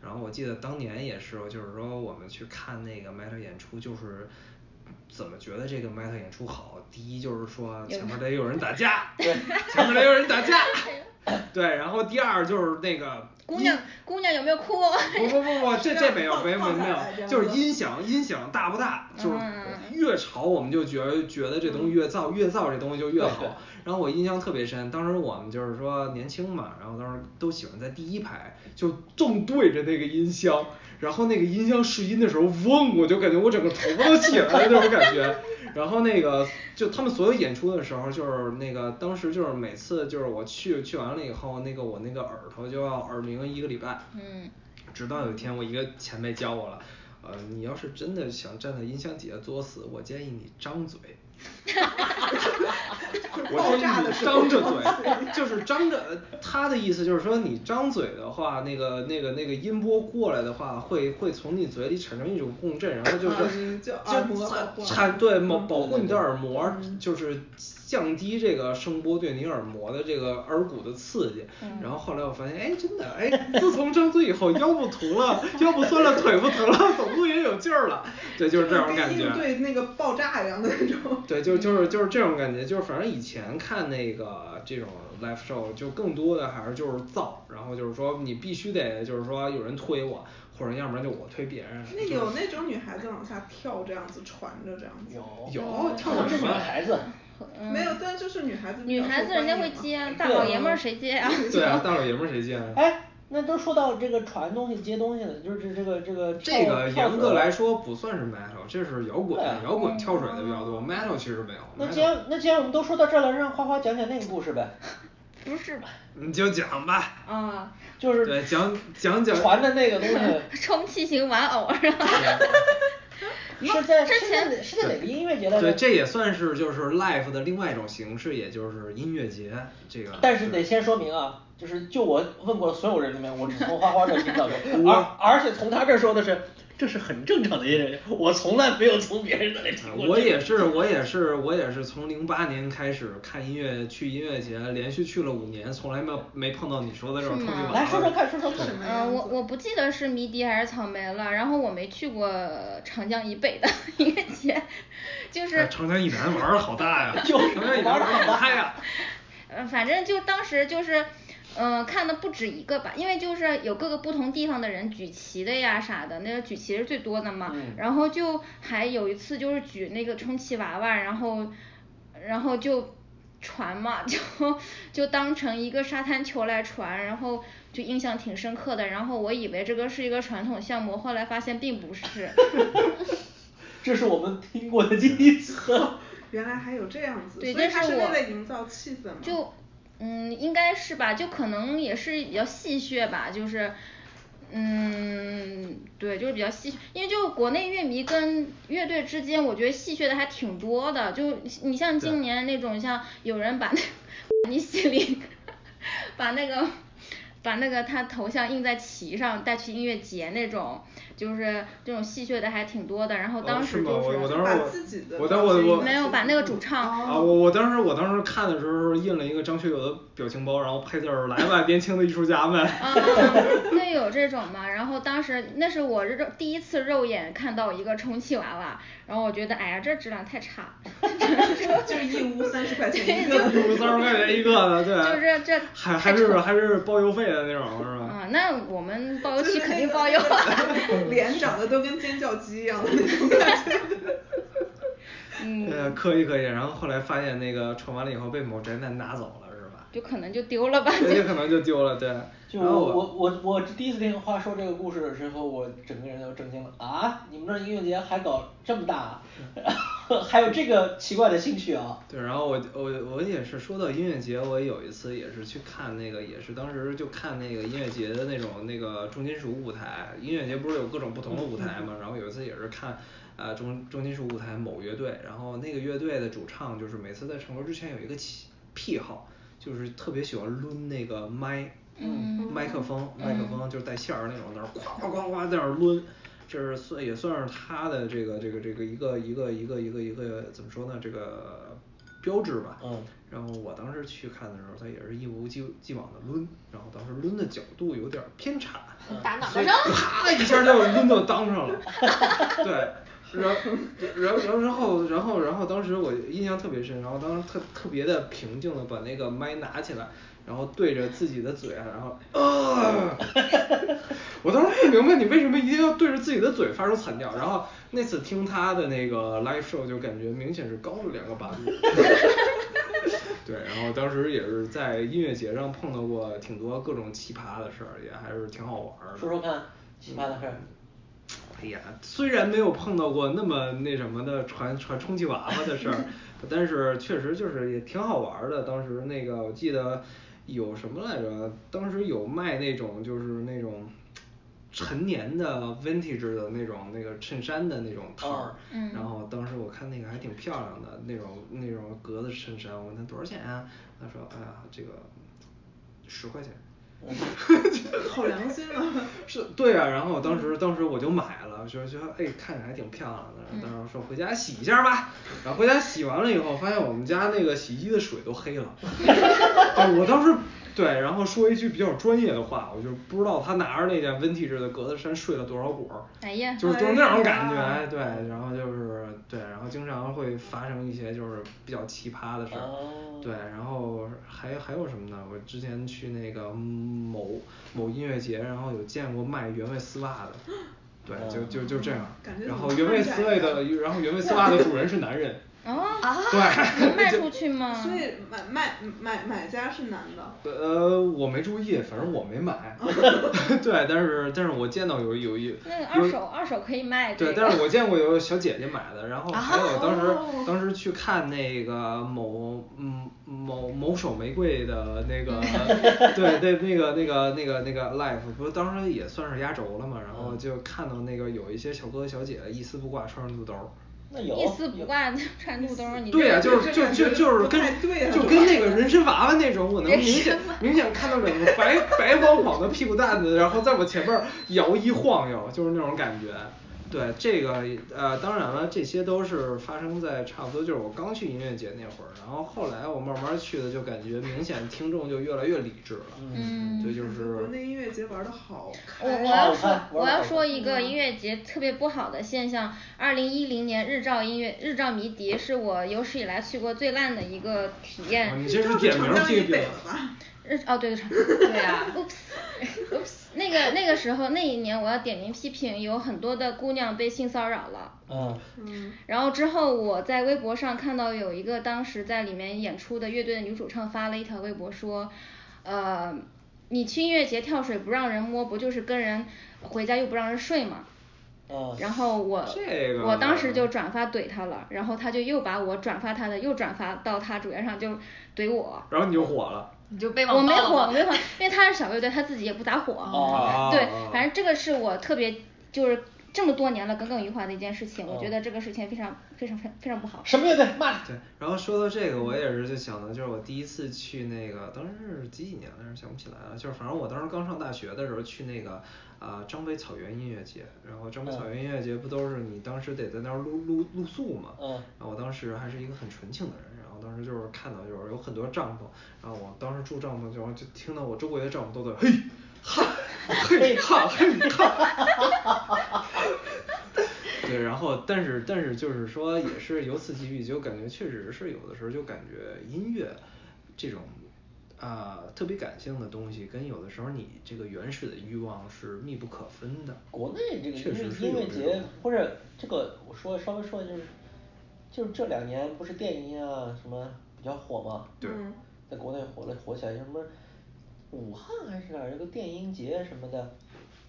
S2: 然后我记得当年也是，就是说我们去看那个 Meta 演出，就是怎么觉得这个 Meta 演出好？第一就是说前面得有人打架，对，前面得有人打架，对，然后第二就是那个
S5: 姑
S2: 音
S5: 娘，姑娘有没有哭？
S2: 不不不不，这这没有没有没有没
S3: 放下来
S2: 有，
S3: 这样
S2: 就是
S3: 子
S2: 音响音响大不大，就是
S5: 嗯
S2: 越吵我们就觉得觉得这东西越燥越燥这东西就越好。 然后我印象特别深，当时我们就是说年轻嘛，然后当时都喜欢在第一排，就正对着那个音箱，然后那个音箱试音的时候，嗡，我就感觉我整个头发都起来了那种感 觉。然后那个就他们所有演出的时候，就是那个当时就是每次就是我去去完了以后，那个我那个耳朵就要耳鸣一个礼拜。
S5: 嗯
S2: 直到有一天，我一个前辈教我了，呃，你要是真的想站在音箱底下作死，我建议你张嘴。我建议你张着嘴，就是张着。他的意思就是说，你张嘴的话，那个那个那个音波过来的话，会会从你嘴里产生一种共振，然后就
S3: 啊
S2: 是
S3: 就耳膜保护
S2: 产对保保护你的耳膜，就是降低这个声波对你耳膜的这个耳骨的刺激。
S3: 嗯
S2: 然后后来我发现，哎，真的，哎，自从张嘴以后，腰不疼了，腰不酸了，腿不疼了，走路也有劲儿了。 对，就是这种感觉。
S3: 跟应对那个爆炸一样的那 种。
S2: 对，就就是就是这种感觉，就是反正以前看那个这种 live show，就更多的还是就是造，然后就是说你必须得就是说有人推我，或者要不然就我推别人。
S3: 那有那种女孩子往下跳，这样子传着这样子。
S4: 有
S2: 有跳
S4: 我
S2: 舞
S4: 哦是女
S2: 吗
S4: 孩子，
S5: 嗯
S3: 没有，但就是女孩子比
S5: 女
S3: 较受
S5: 孩子人家会
S3: 欢迎嘛
S5: 接啊，大老爷们儿谁接啊？
S2: 对啊，大老爷们儿谁见啊？
S4: 哎，那都说到这个传东西接东西了，就是这个这个
S2: 这
S4: 跳
S2: 个
S4: 跳
S2: 严格
S4: 水
S2: 来说不算是 metal，这是摇滚
S4: 对啊，
S2: 摇
S5: 嗯
S2: 滚跳水的比较多，metal 其实没有。
S4: 那
S2: metal
S4: 既然那既然我们都说到这儿了，让花花讲讲那个故事呗，
S5: 不是吧？
S2: 你就讲吧，
S5: 啊，
S4: 就是
S2: 对，讲讲讲。
S4: 传的那个东西
S5: 充气型玩偶是吧？
S4: 是在
S5: 之
S4: 是在哪是在哪个音乐节来
S2: 对，
S4: 着？
S2: 这也算是就是 live 的另外一种形式，也就是音乐节这
S5: 嗯
S2: 个。，
S4: 但是得先说明啊，就是就我问过所有人里面，我只从花花这儿听到过
S2: 我
S4: 而而且从他这儿说的是，这是很正常的一件事，我从来没有从别人那里听过这个。
S2: 呃我也是，我也是，我也是从零八年开始看音乐，去音乐节，连续去了五年，从来没有没碰到你说的这种
S5: 是
S2: 特
S5: 吗
S2: 别
S4: 啊来说说看，说说看。
S5: 嗯，我我不记得是迷笛还是草莓了，然后我没去过长江以北的 音乐节，就是
S2: 哎长江以南玩儿好大呀，
S4: 就是
S2: 长江以南玩儿好大呀。
S5: 呃，反正就当时就是，嗯、看的不止一个吧，因为就是有各个不同地方的人举旗的呀啥的，那个举旗是最多的嘛。
S4: 嗯
S5: 然后就还有一次就是举那个充气娃娃，然后，然后就传嘛， 就就当成一个沙滩球来传，然后就印象挺深刻的。然后我以为这个是一个传统项目，后来发现并不是。
S4: 这是我们听过的第一次。
S3: 原来还有这样子，
S5: 对
S3: 所以他
S5: 但是
S3: 是为
S5: 我
S3: 了营造气氛嘛。
S5: 就嗯，应该是吧，就可能也是比较戏谑吧，就是。嗯，对，就是比较戏谑，因为就国内乐迷跟乐队之间，我觉得戏谑的还挺多的。就你像今年那种，像有人把 那尼西林，把那个把那个他头像印在旗上，带去音乐节那种，就是这种戏谑的还挺多的。然后当
S2: 哦是
S5: 时
S2: 吗？
S5: 就是、
S2: 我我当时
S3: 把
S2: 我
S3: 自己的
S2: 我当我我
S5: 没有把那个主唱
S2: 啊，我我当时我当时看的时候印了一个张学友的表情包，然后配字儿来吧，年轻的艺术家们。
S5: 啊，对，有这种嘛。然后当时那是我肉第一次肉眼看到一个充气娃娃，然后我觉得哎呀，这质量太差，
S3: 就是义乌三十块钱一个，
S2: 五 三十块钱一个的，对。
S5: 就是这
S2: 还还是还是包邮费的那种是吧？
S5: 啊，那我们包邮
S3: 就是
S5: 区
S3: 那
S5: 肯定
S3: 个
S5: 包邮啊。
S3: 脸长得都跟尖叫鸡一样的那种感觉。
S5: 嗯
S2: 呃，可以可以，然后后来发现那个传完了以后被某宅男拿走了是吧？
S5: 就可能就丢了吧，
S2: 对，有可能就丢了，对。
S4: 就
S2: 然后
S4: 我我我我第一次听花说这个故事的时候，我整个人都震惊了啊！你们这儿音乐节还搞这么大啊， 还有这个奇怪的兴趣啊！
S2: 对，然后我我我也是说到音乐节，我有一次也是去看那个，也是当时就看那个音乐节的那种那个重金属舞台，音乐节不是有各种不同的舞台嘛，然后有一次也是看。呃，重重金属舞台某乐队，然后那个乐队的主唱就是每次在唱歌之前有一个癖癖好，就是特别喜欢抡那个麦，
S5: 嗯
S2: 麦克风，麦克风就是带线儿那种，在那儿咵咵咵咵在那儿抡，这是算也算是他的这个这个这个一个一个一个一个一个怎么说呢？这个标志吧。
S4: 嗯。
S2: 然后我当时去看的时候，他也是一如既既往的抡，然后当时抡的角度有点儿偏差，
S1: 嗯打脑
S2: 所
S1: 袋上。
S2: 以啪一下就抡到裆上了。 对，然然然然后然后然后当时我印象特别深，然后当时特特别的平静的把那个麦拿起来，然后对着自己的嘴，然后啊， 我当时不明白你为什么一定要对着自己的嘴发出惨叫，然后那次听他的那个 live show 就感觉明显是高了两个八度。 对，然后当时也是在音乐节上碰到过挺多各种奇葩的事儿，也还是挺好玩儿的。
S4: 说说看奇葩的事儿。
S2: 哎呀，虽然没有碰到过那么那什么的传传充气娃娃的事儿，但是确实就是也挺好玩儿的。当时那个我记得有什么来着？当时有卖那种就是那种陈年的 vintage 的那种那个衬衫的那种摊儿
S4: 哦，
S5: 嗯
S2: 然后当时我看那个还挺漂亮的那种那种格子衬衫，我问他多少钱啊？他说哎呀这个十块钱。
S3: 好良心啊！
S2: 是对啊，然后我当时当时我就买了，就是觉得哎看着还挺漂亮的，当时说回家洗一下吧，然后回家洗完了以后，发现我们家那个洗衣机的水都黑 了，啊我当时对，然后说一句比较专业的话，我就不知道他拿着那件 vintage 的格子衫睡了多少股儿，
S5: 哎呀
S2: 就是就是那种感
S3: 哎
S2: 觉
S3: 呀，
S2: 对，然后就是对，然后经常会发生一些就是比较奇葩的事儿，
S4: 哦
S2: 对，然后还还有什么呢？我之前去那个某某音乐节，然后有见过卖原味丝袜的，对，就就就这样
S3: 感觉。
S2: 然
S3: 怎
S2: 后
S3: 么
S2: 原
S3: 看
S2: 味
S3: 起来
S2: 丝袜的，然后原味丝袜的主人是男人，
S5: 哦，能卖
S2: 对，就
S5: 出去
S4: 嗯
S5: 吗？
S3: 所以买卖买买家是男的，
S2: 呃，我没注意，反正我没 买。对，但是但是我见到有有一
S5: 那
S2: 有
S5: 二手二手可以卖这
S2: 对，
S5: 个啊
S2: 但是我见过有小姐姐买的，然后还有当时、 当时去看那个某嗯某某手玫瑰的那 个对对那个那个那个那个 life，不是当时也算是压轴了嘛，然后
S5: 嗯
S2: 就看到那个有一些小哥哥小姐姐一丝不挂穿着肚兜儿。
S4: 那有
S5: 一丝不挂穿肚兜儿，你
S2: 对啊呀、
S5: 这
S2: 就
S5: 个
S2: 是
S3: 这
S2: 就
S3: 感
S2: 就
S3: 觉
S2: 就是
S3: 不
S2: 跟
S3: 太对啊
S2: 就
S3: 这
S2: 跟
S3: 个
S2: 那个人参娃娃那种，我能明显明显看到两个白白光晃的屁股蛋子，然后在我前面儿摇一晃悠，就是那种感觉。对这个呃，当然了，这些都是发生在差不多就是我刚去音乐节那会儿，然后后来我慢慢去的，就感觉明显听众就越来越理智了。
S5: 嗯
S2: 对，就
S3: 国
S2: 是
S3: 内音乐节玩的好
S5: 我
S3: 开
S5: 我
S3: 啊，
S5: 要
S4: 好
S5: 说
S4: 看
S5: 我
S4: 玩儿
S5: 要
S4: 好
S5: 说一个音乐节特别不好的现象，二零一零年日照音乐日照迷笛是我有史以来去过最烂的一个体
S2: 啊
S5: 验
S2: 你。这是点名儿批评
S3: 北了吧？
S5: 日哦对对对呀、啊、，oops oops，那个那个时候那一年我要点名批评，有很多的姑娘被性骚扰了。
S4: 嗯
S3: 嗯，
S5: 然后之后我在微博上看到有一个当时在里面演出的乐队的女主唱发了一条微博说，呃，你去音乐节跳水不让人摸，不就是跟人回家又不让人睡吗？
S4: 嗯，
S5: 然后我、
S2: 这个
S5: 我当时就转发怼他了，然后他就又把我转发他的又转发到他主页上就怼我。
S2: 然后你就火了。
S1: 你就被网
S5: 我没
S1: 暴了
S5: 火，
S1: 吗
S5: 我没火，因为他是小乐队，他自己也不咋火。啊
S4: 哦
S5: 对，反正这个是我特别就是这么多年了耿耿于怀的一件事情，我觉得这个事情非常非常非非常不好。
S4: 什么乐队骂他？
S2: 对，然后说到这个，我也是就想到，就是我第一次去那个，当时是几几年来着，想不起来了。就是反正我当时刚上大学的时候去那个啊、张北草原音乐节，然后张北草原音乐节不都是你当时得在那儿露露露宿嘛？
S4: 嗯
S2: 然后我当时还是一个很纯情的人，然后当时就是看到就是有很多帐篷，然后我当时住帐篷，然后就听到我周围的帐篷都在嘿哈嘿哈嘿哈。 对，然后但是但是就是说也是由此给予，就感觉确实是有的时候就感觉音乐这种啊、特别感性的东西，跟有的时候你这个原始的欲望是密不可分的。
S4: 国内这个
S2: 确
S4: 音
S2: 实是
S4: 乐音
S2: 有
S4: 乐
S2: 这
S4: 节
S2: 种
S4: 或者这个我说稍微说一下就是，就是这两年不是电音啊什么比较火嘛，
S2: 对
S3: 嗯
S4: 在国内火了火起来，什么武汉还是哪儿有个电音节什么的，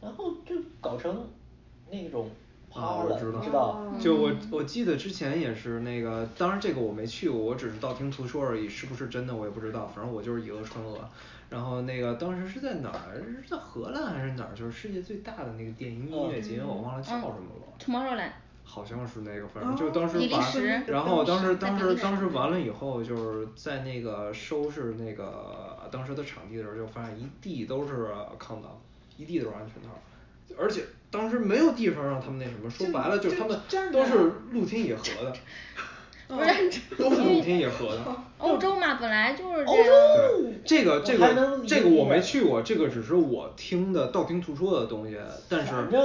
S4: 然后就搞成那种趴
S2: 啊，
S4: 了，
S2: 我知
S4: 你
S2: 道，
S4: 知道？
S2: 就我我记得之前也是那个，当然这个我没去过，我只是道听途说而已，是不是真的我也不知道，反正我就是以讹传讹。然后那个当时是在哪儿？是在荷兰还是哪儿？就是世界最大的那个电音音乐节，我忘了叫哦嗯什么了。
S5: Tomorrowland。
S2: 好像是那个，反正就当时
S5: 比利
S2: 把
S5: 时，
S2: 然后当时
S5: 在
S2: 当
S5: 比
S2: 时
S5: 利时
S2: 当时完了以后，就是在那个收拾那个当时的场地的时候，就发现一地都是抗党，一地都是安全套，而且当时没有地方让他们那什么，说
S3: 就
S2: 白了就是
S3: 就
S2: 他们
S3: 站
S2: 都
S3: 着啊
S2: 是露天野合的，
S5: 不是
S2: 都是露天野合的。
S5: 欧洲嘛，本来就是这
S4: 欧
S5: 样。
S4: 洲
S2: 对，这个这
S4: 哦嗯我还能
S2: 个
S4: 理
S2: 这个我
S4: 解
S2: 没去过，这个只是我听的道听途说的东西，但是
S4: 反正对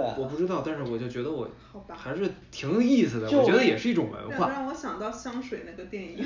S4: 啊
S2: 我我不知道，但是我就觉得我
S3: 好吧
S2: 还是挺有意思的，
S4: 就
S2: 我觉得也是一种文
S3: 让
S2: 化。
S3: 让我想到香水那个电影，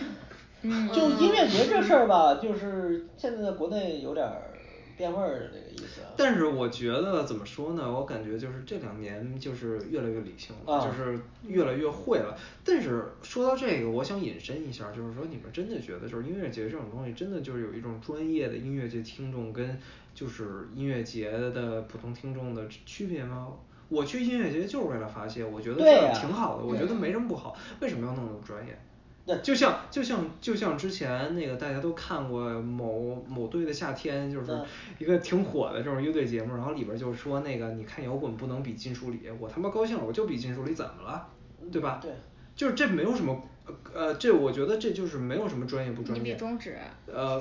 S5: 嗯，
S4: 就音乐节这事儿吧，就是现在在国内有点儿变味儿的那个意思啊。
S2: 但是我觉得怎么说呢？我感觉就是这两年就是越来越理性了，
S4: 啊
S2: 就是越来越会了。但是说到这个，我想引申一下，就是说你们真的觉得就是音乐节这种东西，真的就是有一种专业的音乐节听众跟就是音乐节的普通听众的区别吗？我去音乐节就是为了发泄，我觉得这
S4: 对呀
S2: 样挺好的，我觉得没什么不好，为什么要弄得那么专业？
S4: 对
S2: 就像就像就像之前那个大家都看过某某队的夏天，就是
S4: 嗯
S2: 一个挺火的这种乐队节目，然后里边就说那个你看摇滚不能比金属里，我他妈高兴了我就比金属里怎么了，对吧？
S4: 对，
S2: 就是这没有什么呃，这我觉得这就是没有什么专业不专
S5: 你
S2: 业。
S5: 比中指
S2: 呃，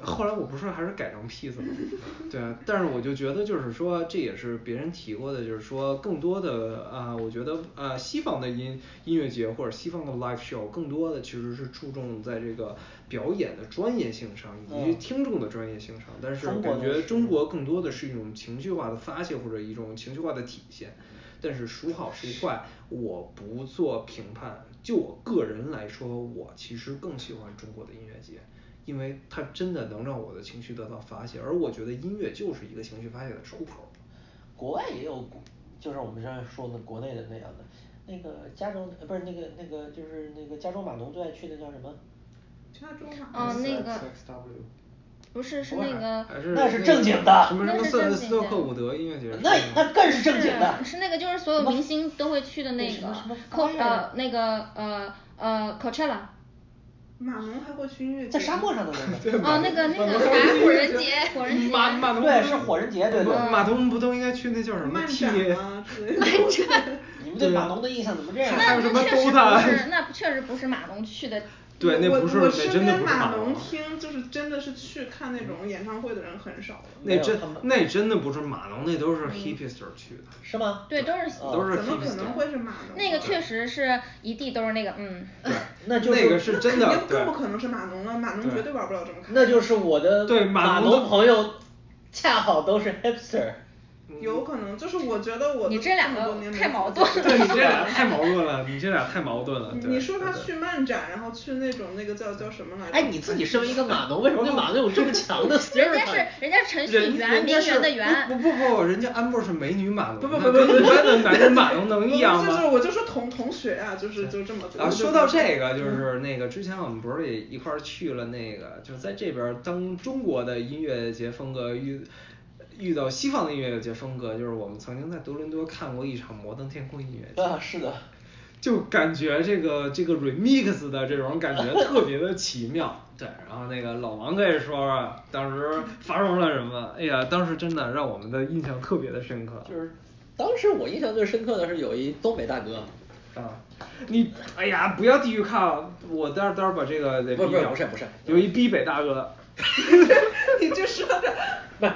S2: 后来我不是还是改成 P 字了， 对啊，但是我就觉得就是说，这也是别人提过的，就是说更多的啊、我觉得呃，西方的音音乐节或者西方的 live show，更多的其实是注重在这个表演的专业性上以及
S4: 嗯
S2: 听众的专业性上，但是
S4: 中国
S2: 感
S4: 呢
S2: 觉
S4: 是
S2: 中国更多的是一种情绪化的发泄或者一种情绪化的体现。
S4: 嗯
S2: 但是孰好孰坏，我不做评判。就我个人来说，我其实更喜欢中国的音乐节，因为它真的能让我的情绪得到发泄，而我觉得音乐就是一个情绪发泄的出口。
S4: 国外也有国，就是我们上次说的国内的那样的，那个加州呃不是那个那个就是那个加州码农最爱去的叫什么？
S3: 加州
S5: 哦
S3: 嘛，
S4: 嗯
S5: 那个
S2: SXW
S5: 不是是
S4: 不
S5: 那
S4: 是
S5: 个
S2: 还是
S4: 那是正经的
S2: 什么什
S5: 那
S2: 么
S5: 是
S2: 斯
S5: 正
S2: 斯
S5: 经
S2: 托
S5: 的
S2: 克伍德音乐节是
S4: 那
S2: 吗
S4: 那更是正经的。
S5: 是那个就是所有
S4: 什么
S5: 明星都会去的那
S4: 什
S5: 个
S4: 么什么
S5: Co
S4: 花
S5: 呃
S4: 儿
S5: 那个呃呃 Coachella。
S3: 码农还会去音乐节，
S4: 在沙漠上的那 个。
S5: 哦，那个那个
S1: 还
S5: 啥
S1: 是
S5: 火
S1: 音乐
S5: 人
S1: 节
S5: 节，火人节，
S2: 马马东
S4: 对，是火人节，对
S5: 嗯
S4: 对。
S2: 马东不都应该去那叫什么
S3: 漫
S2: T？
S3: 展啊之类的。
S4: 你们对马农的印象怎么这样？
S2: 还有
S5: 那
S2: 什么
S5: 确实
S2: Dota
S5: 不是，那确实不是马龙去的。
S2: 对，那
S3: 我
S2: 不是，
S3: 我
S2: 那
S3: 是
S2: 真的
S3: 跟
S2: 不是
S3: 马
S2: 马啊东。
S3: 龙听，就是真的是去看那种演唱会的人很少了。
S4: 没
S2: 那
S4: 有
S2: 真
S4: 他们
S2: 那真的不是马龙，那都是 hipster 去的。
S4: 是吗？
S5: 对，都是
S4: 哦
S2: 都是
S3: 嗯怎么可
S2: hipster
S3: 能会是马农？啊
S5: 那个确实是一地都是那个，嗯，
S2: 对，
S4: 那就是
S2: 那个是真的
S3: 肯定，
S2: 对
S3: 更不可能是码农了，码农
S2: 对
S3: 绝对玩不了这么开。
S4: 那就是我的
S2: 对马
S4: 马
S2: 农的
S4: 农朋友，恰好都是 hipster。
S3: 有可能，就是我觉得我
S5: 你这两
S3: 么多
S5: 个
S3: 年
S5: 太
S3: 没
S5: 矛
S3: 做
S5: 盾
S2: 对你这俩太矛盾了，你这俩太矛盾了。
S3: 你
S2: 对
S3: 你说他
S2: 对
S3: 去漫展，然后去那种那个叫叫什么来着？
S4: 哎，你自己身为一个马农，为什么对马农有这么强的 s t e r
S5: 人
S4: e
S5: 家
S4: o
S5: 是人家是程序
S2: 人
S5: 员，
S2: 人
S5: 名
S2: 家是
S5: 媛的媛，
S2: 不不不不，人家安博是美女码农，
S3: 不不
S2: 那
S3: 不
S2: 跟
S3: 不不
S2: 一般的男人码农能
S3: 不
S2: 一样
S3: 是就是
S2: 吗？
S3: 我就说同同学啊，就是就这么。
S2: 然后说到这个，就是那个之前我们不是也一块儿去了那个，就是在这边儿当中国的音乐节风格遇遇到西方的音乐节风格，就是我们曾经在多伦多看过一场摩登天空音乐节。
S4: 啊，是的。
S2: 就感觉这个这个 remix 的这种感觉特别的奇妙。对，然后那个老王可以说说当时发生了什么？哎呀，当时真的让我们的印象特别的深刻。
S4: 就是当时我印象最深刻的是有一东北大哥，
S2: 啊，你哎呀，不要地域抗，啊我待会儿待会儿把这个得
S4: 不是
S2: 逼
S4: 不是
S2: 掉
S4: 不是不是
S2: 有一逼北大 哥。
S3: 你就说 着，
S4: 不是，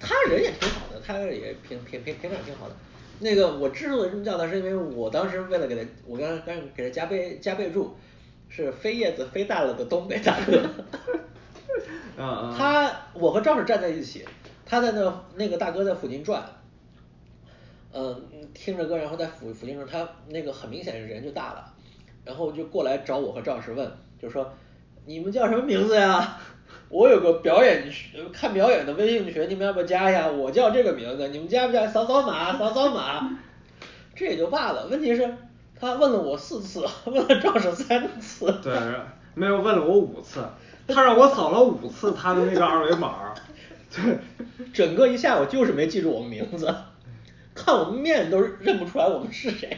S4: 他人也挺好的，他也平平平平常挺好的。那个我之所以这么叫他，是因为我当时为了给他，我刚刚给他加备加备注，是飞叶子飞大了的东北大 哥。
S2: 嗯嗯
S4: 他我和赵婶站在一起，他在那那个大哥在附近转，嗯，听着歌，然后在附附近的时候，他那个很明显人就大了，然后就过来找我和赵老师问，就说你们叫什么名字呀？ 我有个表演群看表演的微信群，你们要不要加呀？我叫这个名字，你们加不加？扫扫码，扫扫码。 这也就罢了，问题是，他问了我四次， 问了赵婶三次。
S2: 对，没有问了我五次，他让我扫了五次他的那个二维码。 对，
S4: 整个一下午就是没记住我们名字， 看我们面都认不出来我们是谁。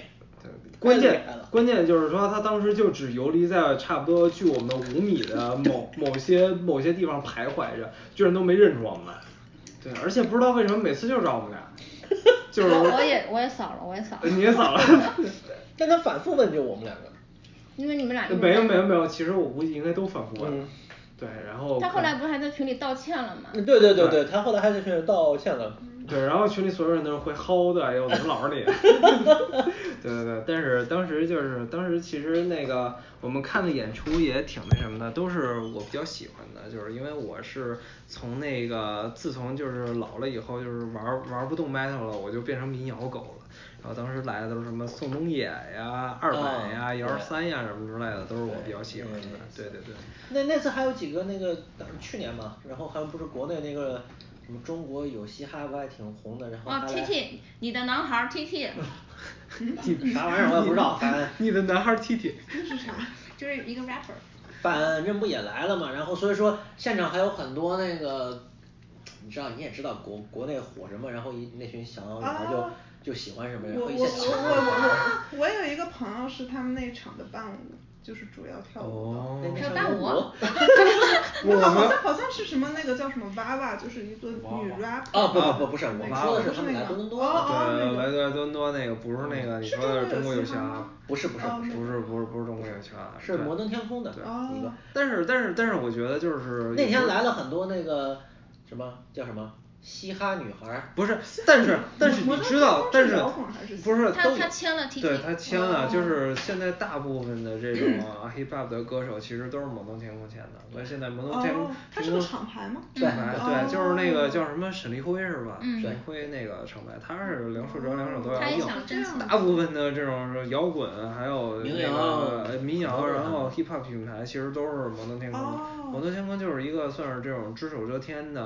S2: 对关键
S4: 太厉害了
S2: 关键就是说，他当时就只游离在差不多距我们五米的某某些某些地方徘徊着，居然都没认出我们来。对，而且不知道为什么每次就找 我们俩，就是
S5: 我我也我也扫了，我也扫了，
S2: 呃你也扫 了。
S4: 但他反复问就我们两个，
S5: 因为你们俩一直
S2: 没有
S5: 在
S2: 没有哦没有，其实我估计应该都反复问。
S4: 嗯
S2: 对，然后
S5: 他后来不是还在群里道歉了吗？
S4: 嗯对对对对，他后来还在群里道歉了。
S2: 对，然后群里所有人都是会薅的，哎呦，我们老是你。对对对，但是当时就是当时其实那个我们看的演出也挺那什么的，都是我比较喜欢的，就是因为我是从那个自从就是老了以后就是玩儿玩儿不动 metal 了，我就变成民谣狗了。然后当时来的都是什么宋冬野呀、二板呀、
S4: 哦
S2: 姚十三呀什么之类的，都是我比较喜欢的。啊对对对。
S4: 那那次还有几个那个去年嘛，然后还有不是国内那个什么中国有嘻哈不还挺红的，然后
S5: 哦
S4: 他
S5: ，T
S4: 来
S5: T，你的男孩儿 T T，
S4: 啥玩意儿我也不知道，反
S2: 你的男孩 T T，
S5: 就是一个 rapper。
S4: 反正不也来了嘛，然后所以说现场还有很多那个，你知道你也知道国国内火什么，然后一那群小女孩就
S3: 啊
S4: 就喜欢什么
S3: 我
S4: 人，
S3: 我我
S4: 会
S3: 我
S4: 现场
S3: 我我我有一个朋友是他们那场的伴舞，就是主要跳舞的。
S2: 哦，
S4: 那
S5: 还有
S4: 那
S5: 伴舞
S4: 我
S2: 我
S3: 好好
S2: 们
S3: 像好像是什么那个叫什么 Vava，就是一个女 rap。
S4: 啊不不不不是，我们
S3: 那
S4: 说的
S3: 个
S4: 是他们来多伦多，
S3: 哦哦那
S2: 对，
S3: 个
S2: 来自多伦多那个不是那个你说的
S3: 是
S2: 中国
S3: 中国
S2: 有
S3: 有
S2: 嘻
S3: 嘻
S2: 哈
S3: 哈
S2: 吗
S3: 吗？
S4: 不是不是
S3: 哦
S4: 不
S3: 那
S4: 是，
S2: 不是不是不是中国有嘻哈，
S4: 是
S2: 对
S4: 摩登天空的
S3: 哦
S4: 一个。
S2: 但是但是但是我觉得就是
S4: 那天来
S2: 了
S4: 了很多那个什么叫什么嘻哈女孩儿，
S2: 不是，但是但是你
S3: 摩登
S2: 知道，
S3: 天空
S2: 但
S3: 是
S2: 是
S3: 摇滚还是
S2: 不是
S5: 他
S2: 都
S5: 他
S2: 有
S5: 签了 TT
S2: 对他签了，
S3: 哦
S2: 就是现在大部分的这种啊 hip hop 的歌手其实都是摩登天空签的，所以现在摩登天空
S3: 哦，它是个厂牌吗？
S2: 品牌
S3: 哦
S2: 对，就是那个叫什么沈立辉是吧？
S5: 嗯
S2: 沈立辉那个厂牌，他是两手抓两手都要
S5: 他也
S2: 硬。
S5: 想挣钱。
S2: 大部分的这种摇滚，还有
S4: 民
S2: 那
S4: 谣啊
S2: 个呃民
S4: 很
S2: 谣，
S4: 多人
S2: 然后 hip hop 品牌，其实都是摩登天空的。
S3: 哦
S2: 摩登天空就是一个算是这种只手遮天的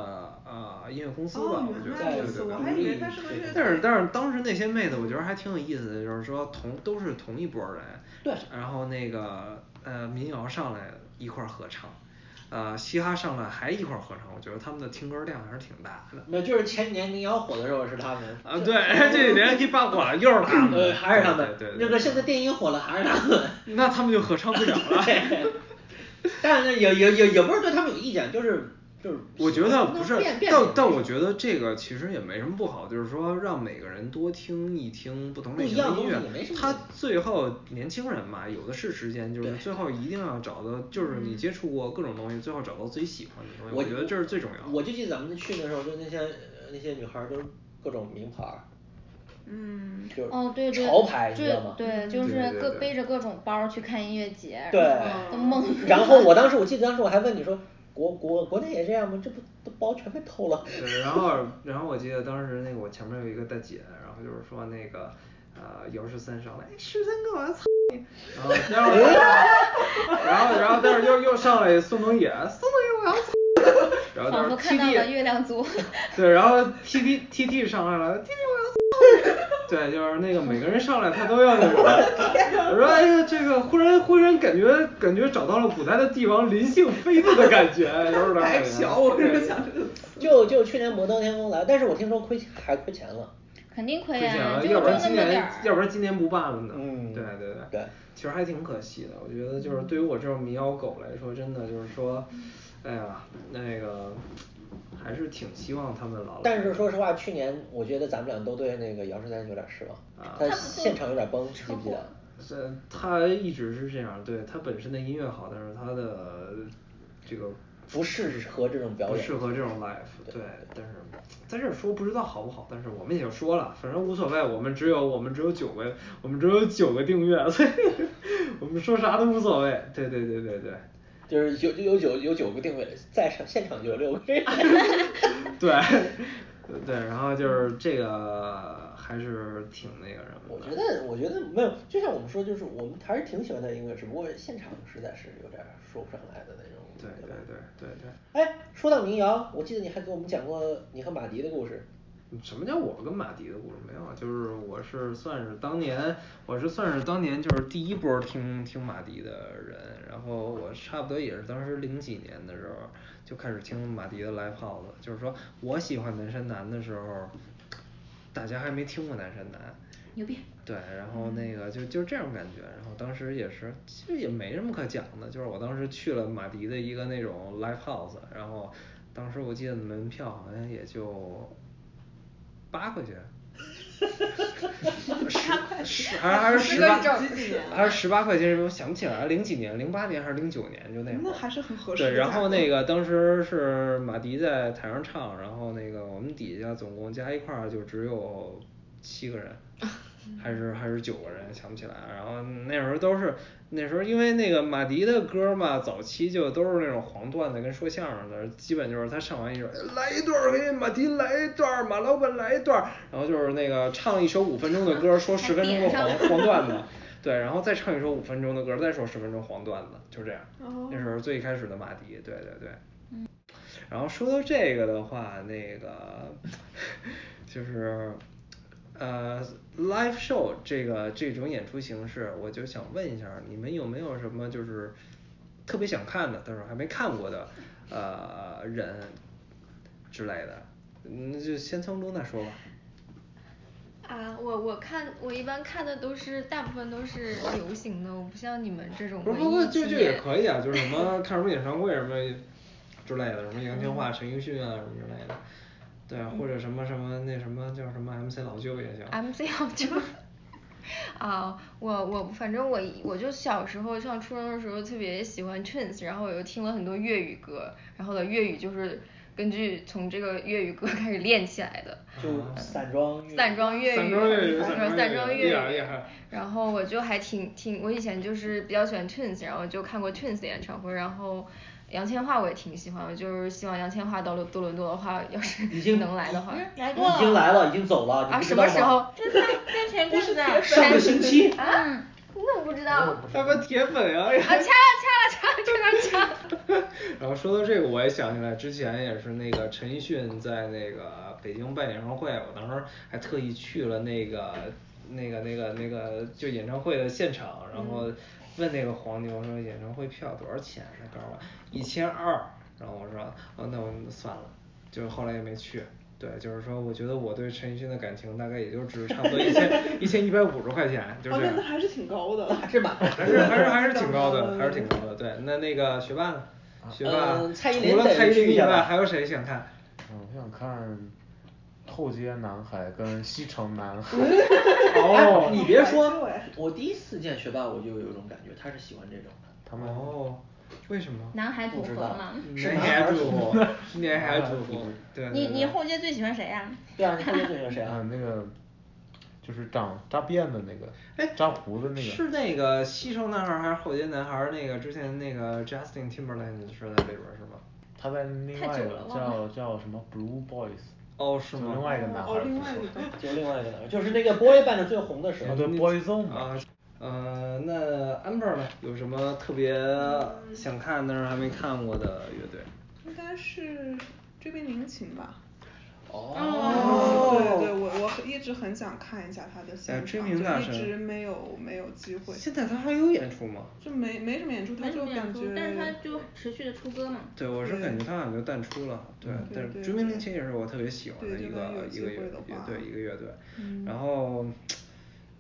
S2: 啊、音乐公司吧，
S3: 哦
S2: 我觉
S3: 原
S2: 得。
S3: 来
S2: 对
S3: 如
S2: 对
S3: 此，
S2: 对
S3: 我
S2: 对。
S3: 还以为它是个乐队。
S2: 但是但是当时那些妹子，我觉得还挺有意思的，就是说同都是同一波人，
S4: 对
S2: 然后那个呃民谣上来一块儿合唱，呃嘻哈上来还一块儿合唱，我觉得他们的听歌量还是挺大的。
S4: 那就是前几年民谣火的时候是他们，
S2: 啊，对， 这连 hip hop 火了又是他们，
S4: 呃还是他们，
S2: 对对对，
S4: 那个现在电音火了还是他们。
S2: 那他们就合唱不了了。
S4: 但是也也也也不是对他们有意见，就是就是
S2: 我觉得不是
S4: 变，变
S2: 但
S4: 也
S2: 但
S4: 没
S2: 我
S4: 什
S2: 觉得这个其实也没什么不好，就是说让每个人多听一听不同类
S4: 不一
S2: 型的
S4: 样的
S2: 音乐
S4: 东西也没什。么
S2: 他
S4: 不好
S2: 最后年轻人嘛，有的是时间，就是
S4: 对嗯
S2: 最后一定要找到，就是你接触过各种东西，最后找到自己喜欢的东西。我觉得这是最重要
S4: 我
S2: 的。
S4: 就记得咱们去的时候，就那些呃那些女孩儿都各种名牌儿，
S3: 嗯，
S4: 就是
S5: 哦，对对，
S4: 潮牌，你知
S5: 对
S4: 道吗？
S5: 对，就
S2: 对
S5: 是
S2: 对
S5: 各
S2: 对
S5: 背着各种包儿去看音乐节，
S4: 对
S5: 都懵。
S4: 然后我当时我记得当时我还问你说，国国国内也这样吗？这不都包全被偷了？
S2: 对，然后然后我记得当时那个我前面有一个大姐，然后就是说那个呃姚十三上来，哎十三哥我操你，然后然后然后然后但是又又上来宋冬野，宋冬野我要操你，然后
S5: 仿
S2: 就
S5: 佛
S2: 是
S5: 看
S2: T
S5: 到
S2: D
S5: 了月亮族。
S2: 对，然后 T T T T 上来了，T T 我要操你！对，就是那个每个人上来他都要那种。我说哎呀，这个忽然忽然感觉感觉找到了古代的帝王临幸妃子的感觉，有点
S3: 白嫖，我跟你讲这个词。
S4: 就就去年摩登天空来，但是我听说亏还亏钱了。
S5: 肯定亏
S2: 亏钱
S5: 呀，
S2: 了，
S5: 就
S2: 啊要
S5: 就
S2: 不然
S5: 那
S2: 今
S5: 么点
S2: 年
S5: 儿。
S2: 要不然今年不办了呢。
S4: 嗯
S2: 对对对。
S4: 对
S2: 其实还挺可惜的，我觉得就是对于我这种民谣狗来说，真的就是说，哎呀，那个还是挺希望他们老来。
S4: 但是说实话，去年我觉得咱们俩都对那个姚十三有点失望，
S2: 啊
S4: 他现场有点崩，记不记得？
S2: 这他一直是这样，对他本身的音乐好，但是他的这个
S4: 不适合这种表演，
S2: 不适合这种 live，对，但是在这儿说不知道好不好，但是我们已经说了，反正无所谓，我们只有我们只有九个，我们只有九个订阅，所以我们说啥都无所谓，对对对对对。
S4: 就是有有九有九个定位，在场现场就有六个。
S2: 对，对，然后就是这个还是挺那个什么
S4: 我
S2: 的。
S4: 觉得，我觉得没有，就像我们说，就是我们还是挺喜欢他的音乐，只不过现场实在是有点说不上来的那种。
S2: 对对
S4: 吧
S2: 对对对，
S4: 哎，说到民谣，我记得你还给我们讲过你和马迪的故事。
S2: 什么叫我跟马迪的故事？没有，啊就是我是算是当年，我是算是当年就是第一波听听马迪的人，然后我差不多也是当时零几年的时候就开始听马迪的 live house，就是说我喜欢南山南的时候，大家还没听过南山南，
S5: 牛逼！
S2: 对，然后那个就就这种感觉，然后当时也是，其实也没什么可讲的，就是我当时去了马迪的一个那种 live house，然后当时我记得门票好像也就八块 钱，十十还还是十八
S3: 几几年
S2: 还是十八块钱，我想不起来了，零几年，零八年还是零九年就那会
S3: 那
S2: 儿，
S3: 还是很合适
S2: 对，
S3: 的
S2: 然
S3: 价
S2: 后
S3: 格
S2: 那个当时是马迪在台上唱，然后那个我们底下总共加一块儿就只有七个人。还是还是九个人，想不起来了。然后那时候都是那时候，因为那个马迪的歌嘛，早期就都是那种黄段子跟说相声的，基本就是他上完一首来一段儿，给马迪来一段儿，马老板来一段儿，然后就是那个唱一首五分钟的歌，说十分钟的黄黄段子，对，然后再唱一首五分钟的歌，再说十分钟黄段子，就这样。
S3: 哦
S2: 那是最开始的马迪，对对对。然后说到这个的话，那个就是呃，live show 这个这种演出形式，我就想问一下，你们有没有什么就是特别想看的，但是还没看过的呃人之类的？嗯，就先从露娜说吧。
S6: 啊，我我看我一般看的都是大部分都是流行的，我不像你们这种
S2: 不
S6: 文
S2: 是，
S6: 艺
S2: 不过就
S6: 青
S2: 就也
S6: 年
S2: 可以啊，就是什么看什么演唱会什么之类的，什么杨千
S6: 嗯
S2: 嬅、陈奕迅啊什么之类的，对，啊或者什么什么那什么叫什么 MC 老舅也行。
S6: MC 好就啊，我我反正我我就小时候上初中的时候特别喜欢 Twins，然后我又听了很多粤语歌，然后的粤语就是根据从这个粤语歌开始练起来的。
S2: 啊
S4: 就散装乐
S6: 散装粤
S2: 嗯散
S6: 语，
S2: 装粤语
S6: 反正
S2: 散装
S6: 散
S2: 粤
S6: 装
S2: 语
S6: 粤
S2: 厉害厉
S6: 语
S2: 害。
S6: 然后我就还挺挺，我以前就是比较喜欢 Twins，然后就看过 Twins 的演唱会，然后杨千嬅我也挺喜欢，我就是希望杨千嬅到了多伦多的话，要是
S4: 已经
S6: 能来的话，
S1: 来过
S4: 已经
S1: 了，
S4: 来了，已经走了，你
S6: 啊
S4: 不知
S6: 什
S4: 道
S6: 么
S4: 吗？
S6: 时候？
S1: 这是他在前阵子啊，
S4: 上个星期。
S6: 啊，那我不知道。啊，
S2: 他们铁粉啊！ 然
S6: 掐
S2: 后
S6: 了掐了掐了掐了掐了。
S2: 然后说到这个，我也想起来之前也是那个陈奕迅在那个北京办演唱会，我当时还特意去了那个那个那个那个就演唱会的现场，然后
S3: 嗯
S2: 问那个黄牛说演唱会票多少钱？啊他告诉我一千二，然后我说哦那我算了，就是后来也没去。对，就是说，我觉得我对陈奕迅的感情大概也就只差不多一千一千一百五十块钱，就
S3: 哦，
S2: 是这
S3: 那
S2: 样
S3: 那。还是挺高的，
S4: 还是蛮
S2: 还是还是还是挺高 的，还是挺高的。对，那那个学霸呢？学霸
S4: 嗯蔡依林
S2: 除了
S4: 得
S2: 蔡依
S4: 去
S2: 林
S4: 一
S2: 以
S4: 下
S2: 外，
S4: 吧
S2: 还有谁想看？
S7: 嗯，我想看后街男孩跟西城 男孩。
S4: 哦，你别说
S3: 对，
S4: 我第一次见学霸，我就有一种感觉，他是喜欢这种的。
S7: 他们
S2: 哦，为什么？
S5: 男孩组
S4: 不知
S5: 合
S4: 道
S5: 嘛。
S4: 是
S2: 男
S4: 男
S2: 孩
S4: 孩
S2: 主
S4: 主
S2: 播，男孩主播， 对。
S5: 你
S2: 对
S5: 你后街最喜欢谁呀、
S4: 对啊，你会最喜欢谁啊？
S7: 嗯，那个就是长扎辫子那
S2: 哎
S7: 个，扎胡子那个。
S2: 是那个西城男孩还是后街男孩？那个之前那个 Justin Timberlake 是在里边儿是吗？
S7: 他在另外一个叫叫什么 Blue Boys。
S2: 哦是
S7: 就
S2: 吗
S7: 另外一个男孩
S3: 哦
S7: 儿，
S3: 另
S7: 不
S3: 外
S7: 是
S3: 一个
S4: 就另外一个男，就是那个 boy band 最红的时
S7: 啊
S4: 候。
S7: 对 Boyzone 嘛。
S2: 啊，呃，那 Amber 呢？有什么特别想看但是还没看过的乐队？
S3: 应该是追杯宁琴吧。
S2: 哦
S3: 嗯对对，
S4: 哦。
S3: 我我一直很想看一下他的现
S2: 追
S3: 场，
S2: 名大
S3: 就
S2: 神
S3: 一直没有没有机会，
S2: 现在他还有演出吗？
S3: 就没没什么演出，他
S5: 没什
S3: 就
S5: 么
S3: 感
S5: 演
S3: 觉
S5: 出，，但是他就持续的出歌嘛。
S2: 对，我是感觉他好像就淡出了。对，但是
S3: 嗯对
S2: 追命令
S3: 对
S2: 琴也是我特别喜欢的
S3: 对
S2: 一
S3: 就
S2: 个
S3: 能有
S2: 一
S3: 机
S2: 个
S3: 会
S2: 乐
S3: 的
S2: 乐
S3: 话嗯
S2: 队，一个乐队。然后，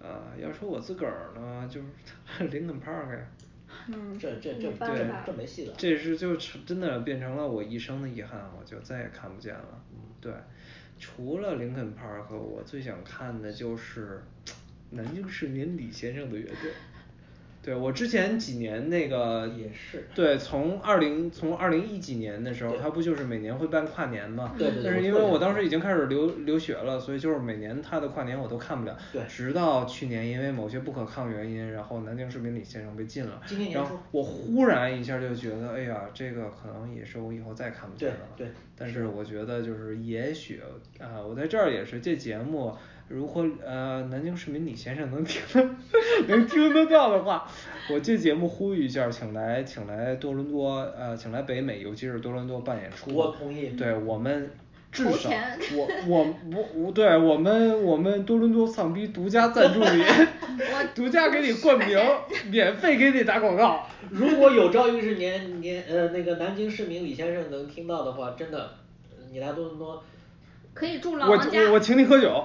S2: 呃，要说我自个儿呢，就是 林肯 Park 呀。
S3: 嗯，
S4: 这这这
S5: 办
S4: 这
S5: 法
S4: 这没戏了。
S2: 这是就成真的变成了我一生的遗憾，我就再也看不见了。
S4: 嗯
S2: 对，除了林肯 Park，我最想看的就是南京市民李先生的乐队。对我之前几年那个
S4: 也是
S2: 对，从二零从二零一几年的时候，他不就是每年会办跨年嘛？
S4: 对对对
S2: 但是因
S4: 我
S2: 为
S4: 特别
S2: 我当时已经开始留留学了，所以就是每年他的跨年我都看不了。
S4: 对
S2: 直到去年因为某些不可抗原因，然后南京市民李先生被禁了。
S4: 今年年
S2: 然
S4: 初
S2: 后我忽然一下就觉得，哎呀，这个可能也是我以后再看不见的了。
S4: 对对
S2: 但是我觉得就是也许啊、我在这儿也是这节目。如果呃南京市民李先生能听能听得到的话，我这节目呼吁一下，请来请来多伦多呃，请来北美，尤其是多伦多办演出。
S4: 我同意
S2: 对我们至
S5: 投
S2: 少
S5: 钱
S2: 我我我我对我们我们多伦多丧逼独家赞助你，独家给你冠名，免费给你打广告。
S4: 如果有朝一日年年呃那个南京市民李先生能听到的话，真的，你来多伦多，
S5: 可以住老
S2: 我
S5: 王家。
S2: 我请你喝酒，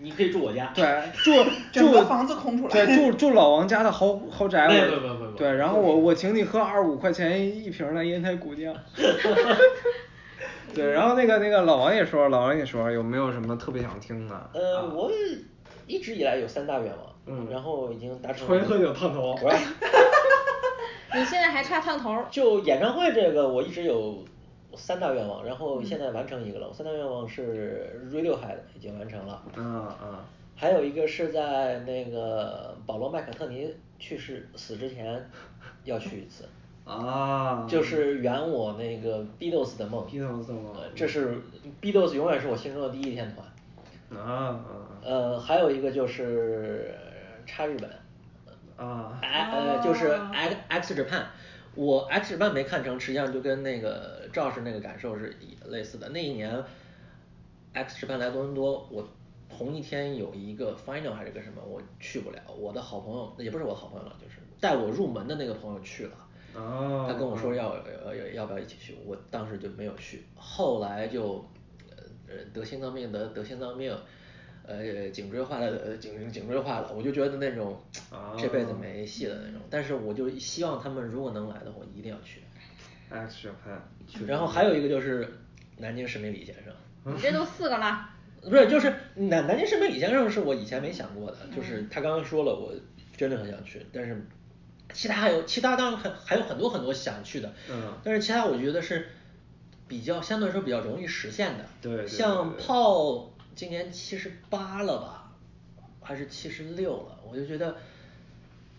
S4: 你可以住我家。
S2: 对， 住
S3: 啊整
S2: 住
S3: 个房子空出来
S2: 对，住住老王家的豪豪宅。
S4: 没有
S2: 我
S4: 没有没有没有
S2: 对，然后我我请你喝二十五块钱一瓶的烟台姑 娘。对，然后那个那个老王也说，老王也说，有没有什么特别想听的？
S4: 呃，我一直以来有三大愿望，
S2: 啊嗯
S4: 然后已经达成。
S2: 纯喝酒烫头
S4: 不是，
S5: 你现在还差烫头儿。
S4: 就演唱会这个，我一直有三大愿
S5: 嗯
S4: 望，然后现在完成一个了。我三大愿望是 Radiohead 已经完成了，
S2: 嗯嗯，
S4: 还有一个是在那个保罗麦卡特尼去世死之前要去一次，
S2: 啊，
S4: 就是圆我那个 Beatles 的梦。呃
S2: Beatles 的梦
S4: 这是 Beatles 永远是我心中的第一天团。
S2: 啊啊
S4: 呃，还有一个就是呃插日本。
S2: 啊，
S4: 哎呃，就是 X X 指判，我 X 指判没看成，实际上就跟那个赵老师那个感受是一类似的。那一年 X 指判来多伦多，我同一天有一个 final 还是个什么，我去不了。我的好朋友也不是我的好朋友了，就是带我入门的那个朋友去了。
S2: 哦
S4: 他跟我说要呃要要要不要一起去，我当时就没有去。后来就呃呃得心脏病得得心脏病，呃颈椎化了，呃颈颈椎化了，我就觉得那种
S2: 哦
S4: 这辈子没戏的那种。但是我就希望他们如果能来的话，一定要去。
S2: X Japan 去
S4: 然后还有一个就是南京史密李先生，
S6: 嗯
S5: 你这都四个了。
S4: 不是，就是南南京市美李先生是我以前没想过的，
S2: 嗯
S4: 就是他刚刚说了，我真的很想去，但是其他还有其他当然很还有很多很多想去的，
S2: 嗯
S4: 但是其他我觉得是比较相对来说比较容易实现的，
S2: 对对对
S4: 像
S2: 对
S4: 炮今年七十八了吧，还是七十六了，我就觉得，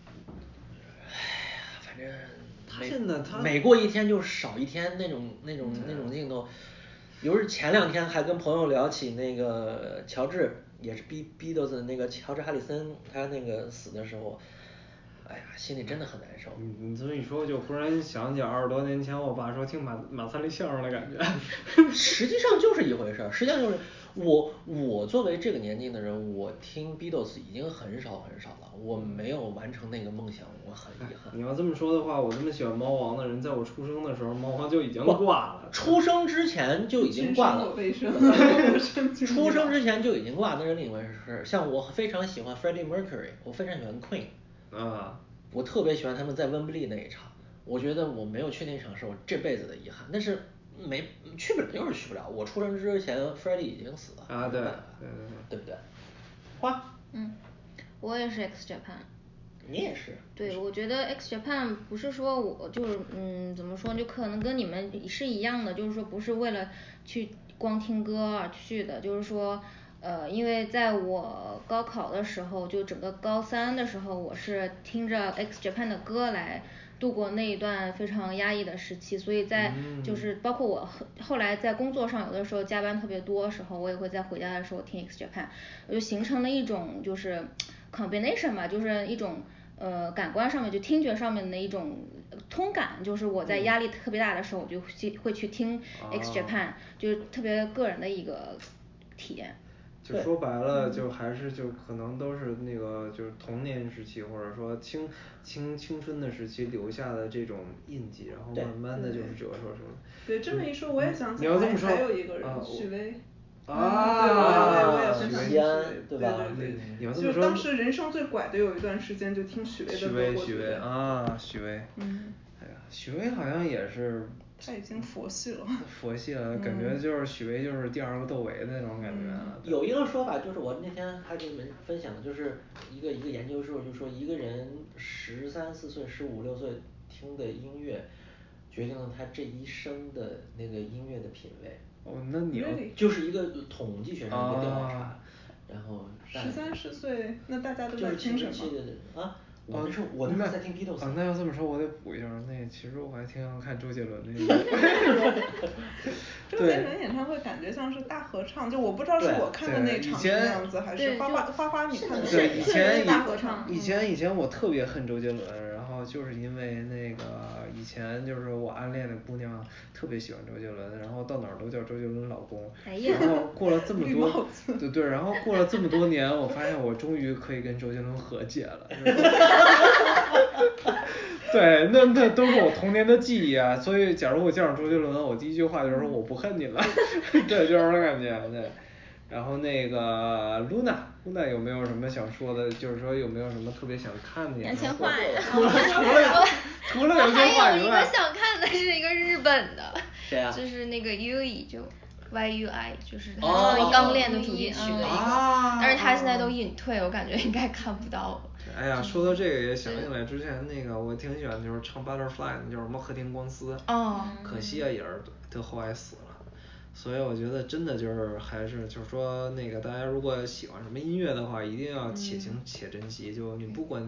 S4: 哎呀，反正
S2: 他
S4: 每
S2: 现在他
S4: 每过一天就少一天那种那种那种镜头。尤是前两天还跟朋友聊起那个乔治，也是 B Beatles 的那个乔治哈里森，他那个死的时候，哎呀，心里真的很难受。
S2: 你你这么一说，我就忽然想起二十多年前我爸说听马马三立相声的感觉。
S4: 实际上就是一回事儿，实际上就是我我作为这个年纪的人，我听 Beatles 已经很少很少了，我没有完成那个梦想，我很遗憾。
S2: 哎你要这么说的话，我这么喜欢猫王的人，在我出生的时候，猫王就已经挂了。
S4: 出生之前就已经挂了，
S3: 君生我未生
S4: 出生之前就已经挂那是另一回事儿。像我非常喜欢 Freddie Mercury，我非常喜欢 Queen，
S2: 啊，
S4: 我特别喜欢他们在温布利那一场，我觉得我没有去那场是我这辈子的遗憾，但是没去不了就是去不了。我出生之前 f r e d d y 已经死了
S2: 啊对
S4: 没办法
S2: 对对对
S4: 对不对？花，
S5: 嗯，我也是 X Japan。
S4: 你也是，
S5: 对，我觉得 X Japan 不是说我就是嗯，怎么说呢，就可能跟你们是一样的，就是说不是为了去光听歌而去的，就是说。呃，因为在我高考的时候，就整个高三的时候，我是听着 X Japan 的歌来度过那一段非常压抑的时期，所以在就是包括我后后来在工作上，有的时候加班特别多的时候，我也会在回家的时候听 X Japan，我就形成了一种就是 combination 吧，就是一种呃感官上面就听觉上面的一种通感，就是我在压力特别大的时候，我就会去会去听 X
S2: 哦
S5: Japan，、就是特别个人的一个体验。
S2: 就说白了，就还是就可能都是那个就是童年时期或者说青青青春的时期留下的这种印记，然后
S4: 对
S2: 慢慢的就是折射出来。
S3: 对，这么一说我也想
S2: 嗯
S3: 起
S2: 你要这
S3: 来
S2: 么说
S3: 还有一个人
S2: 啊，我
S3: 许巍。嗯
S2: 啊
S3: 对，我也我也非常
S4: 许
S3: 喜
S4: 巍
S3: 欢
S4: 对
S3: 对
S4: 吧
S3: 对对，
S2: 你要这么
S3: 就是
S2: 说
S3: 当时人生最拐的有一段时间就听许巍
S2: 许
S3: 的
S2: 巍，
S3: 歌，我
S2: 许
S3: 觉
S2: 巍
S3: 得
S2: 啊，许巍。
S3: 嗯。
S2: 哎呀，许巍好像也是
S3: 他已经佛系 了。
S2: 佛系了，感觉就是许巍就是第二个窦唯的那种感觉啊。
S4: 嗯有一个说法就是我那天还给你们分享的，就是一个一个研究说，就说一个人十三四岁、十五六岁听的音乐，决定了他这一生的那个音乐的品味。
S2: 哦，那你要
S3: Really？
S4: 就是一个统计学上的一个调
S2: 啊
S4: 查，然后大
S3: 十三十岁，那大家都
S4: 就
S3: 在
S4: 是
S3: 听什
S4: 实际
S3: 么？
S4: 的啊，我们是我们
S2: 那
S4: 在听 Beatles，
S2: 哦啊，那要这么说，我得补一下，那其实我还挺想看周杰伦的。
S3: 周杰伦演唱会感觉像是大合唱，就我不知道是
S4: 对
S3: 我看的
S2: 对
S3: 那
S2: 以
S3: 场
S2: 前
S3: 的样子，还是
S5: 对
S3: 花
S5: 就
S3: 花花花你看的
S5: 是
S2: 对，以
S3: 那个
S5: 确实
S2: 前
S5: 是
S2: 以
S5: 大合唱嗯
S2: 以前以前我特别恨周杰伦，然后就是因为那个以前就是我暗恋的姑娘特别喜欢周杰伦，然后到哪儿都叫周杰伦老公。
S5: 哎呀
S2: 然后过了这 么
S3: 绿帽
S2: 多，
S3: 子
S2: 对对，然后过了这么多年，我发现我终于可以跟周杰伦和解了。 对，那那都是我童年的记忆啊，所以假如我见着周杰伦，我第一句话就是说我不恨你了， 对，就是这种感觉，对。然后那个 Luna，Luna 有没有什么想说的？就是说有没有什么特别想看的演
S5: 杨千
S2: 唱
S5: 嬅
S2: 会？
S5: 呀，
S2: 除了除了杨千
S6: 还有
S2: 嬅
S6: 一
S2: 以
S6: 个
S2: 外，
S6: 想看的是一个日本的，
S4: 谁啊
S6: 就是那个 U E 就 Y U I，就是他
S4: 哦
S6: 《钢炼》的主题曲的一个，
S5: 哦
S2: 啊
S6: 但是他现在都隐退，我感觉应该看不到了。
S2: 哎呀，说到这个也想起来之前那个我挺喜欢，就是唱 Butterfly 的，就是什么和田光司。
S6: 哦，
S2: 可惜啊，也是得后来死了。所以我觉得真的就是还是就是说那个大家如果喜欢什么音乐的话，一定
S4: 嗯
S2: 要且行且珍惜。就你不管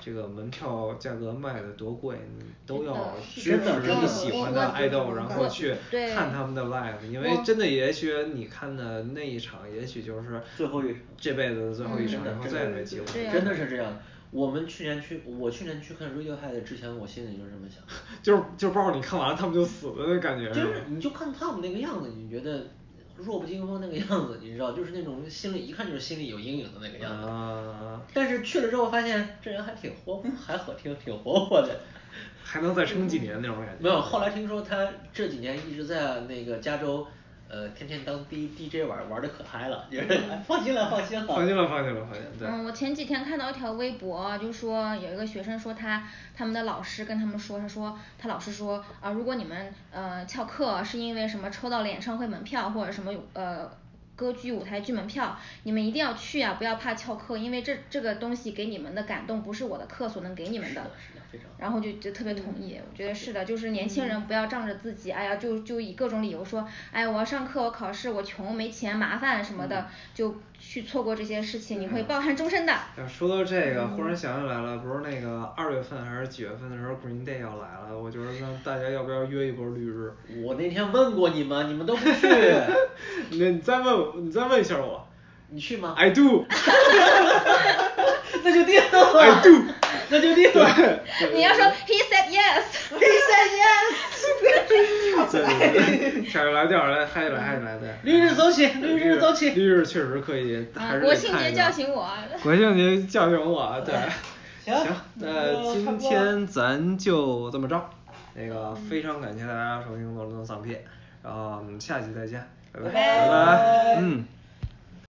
S2: 这个门票价格卖的多贵，你都要支
S4: 真的
S2: 持
S4: 真
S2: 你
S4: 的
S2: 喜
S5: 我
S2: 欢
S5: 我
S2: 的爱豆，
S5: 我
S2: 然后去
S5: 对
S2: 看他们的 live，因为真的也许你看的那一场，也许就是
S4: 最后一场
S2: 这辈子的最后一
S4: 真
S2: 场，
S4: 的
S2: 然后
S4: 真
S2: 再也
S4: 的
S2: 没机会。
S5: 对啊
S4: 嗯真的是这样。我们去年去，我去年去看 Radiohead 之前，我心里就是 这么想，
S2: 就是就是包括你看完了他们就死了的感觉，
S4: 就是是
S2: 吧
S4: 你就看他们那个样子，你觉得弱不禁风那个样子，你知道，就是那种心里一看就是心里有阴影的那个样子。
S2: 啊，
S4: 但是去了之后发现这人还挺活， 还好听，挺活泼的。
S2: 还能再撑几年那种感觉。
S4: 没有，后来听说他这几年一直在那个加州，呃，呃，天天当 D DJ 玩，玩的可嗨了，就是哎 放心了，放心了，
S2: 放心了，放心了，放心了。对，
S5: 嗯，我前几天看到一条微博，啊就说有一个学生说他他们的老师跟他们说，他说他老师说啊、如果你们呃翘课是因为什么抽到了演唱会门票或者什么呃歌剧舞台剧门票，你们一定要去啊，不要怕翘课，因为这这个东西给你们的感动不是我的课所能给你们的。
S4: 是的非常
S5: 然后就就特别同意，我觉得是的，就是年轻人不要仗着自己，哎呀，就就以各种理由说，哎呀，我要上课，我考试，我穷，没钱，麻烦什么的，就去错过这些事情，你会抱憾终身的。
S2: 啊，说到这
S5: 嗯
S2: 个，忽然想起来了，不是那个二月份还是几月份的时候，Green Day 要来了，我觉得咱大家要不要约一波绿日？
S4: 我那天问过你们，你们都不去，
S2: 那你再问我，你再问一下我
S4: 你去吗？
S2: ，I do，
S4: 那就定了
S2: I do
S4: 那就定了。
S5: 你要说 he said yes，
S2: 对对对，跳起来，跳起来，嗨起来，嗨起来，对。
S4: 绿日嗯走起，绿日走起。
S2: 绿日确实可以，还是得
S5: 啊国庆
S2: 看
S5: 节
S2: 一
S5: 叫
S2: 下
S5: 醒我。啊
S2: 国庆节叫醒我，对。
S4: 行
S2: 行，
S4: 那
S2: 那
S4: 就差
S2: 今
S4: 不多
S2: 天咱就这么着，那个非常感谢大家收听《罗伦丧片》，然后我们下期再见，拜拜
S4: 拜拜
S2: 嗯。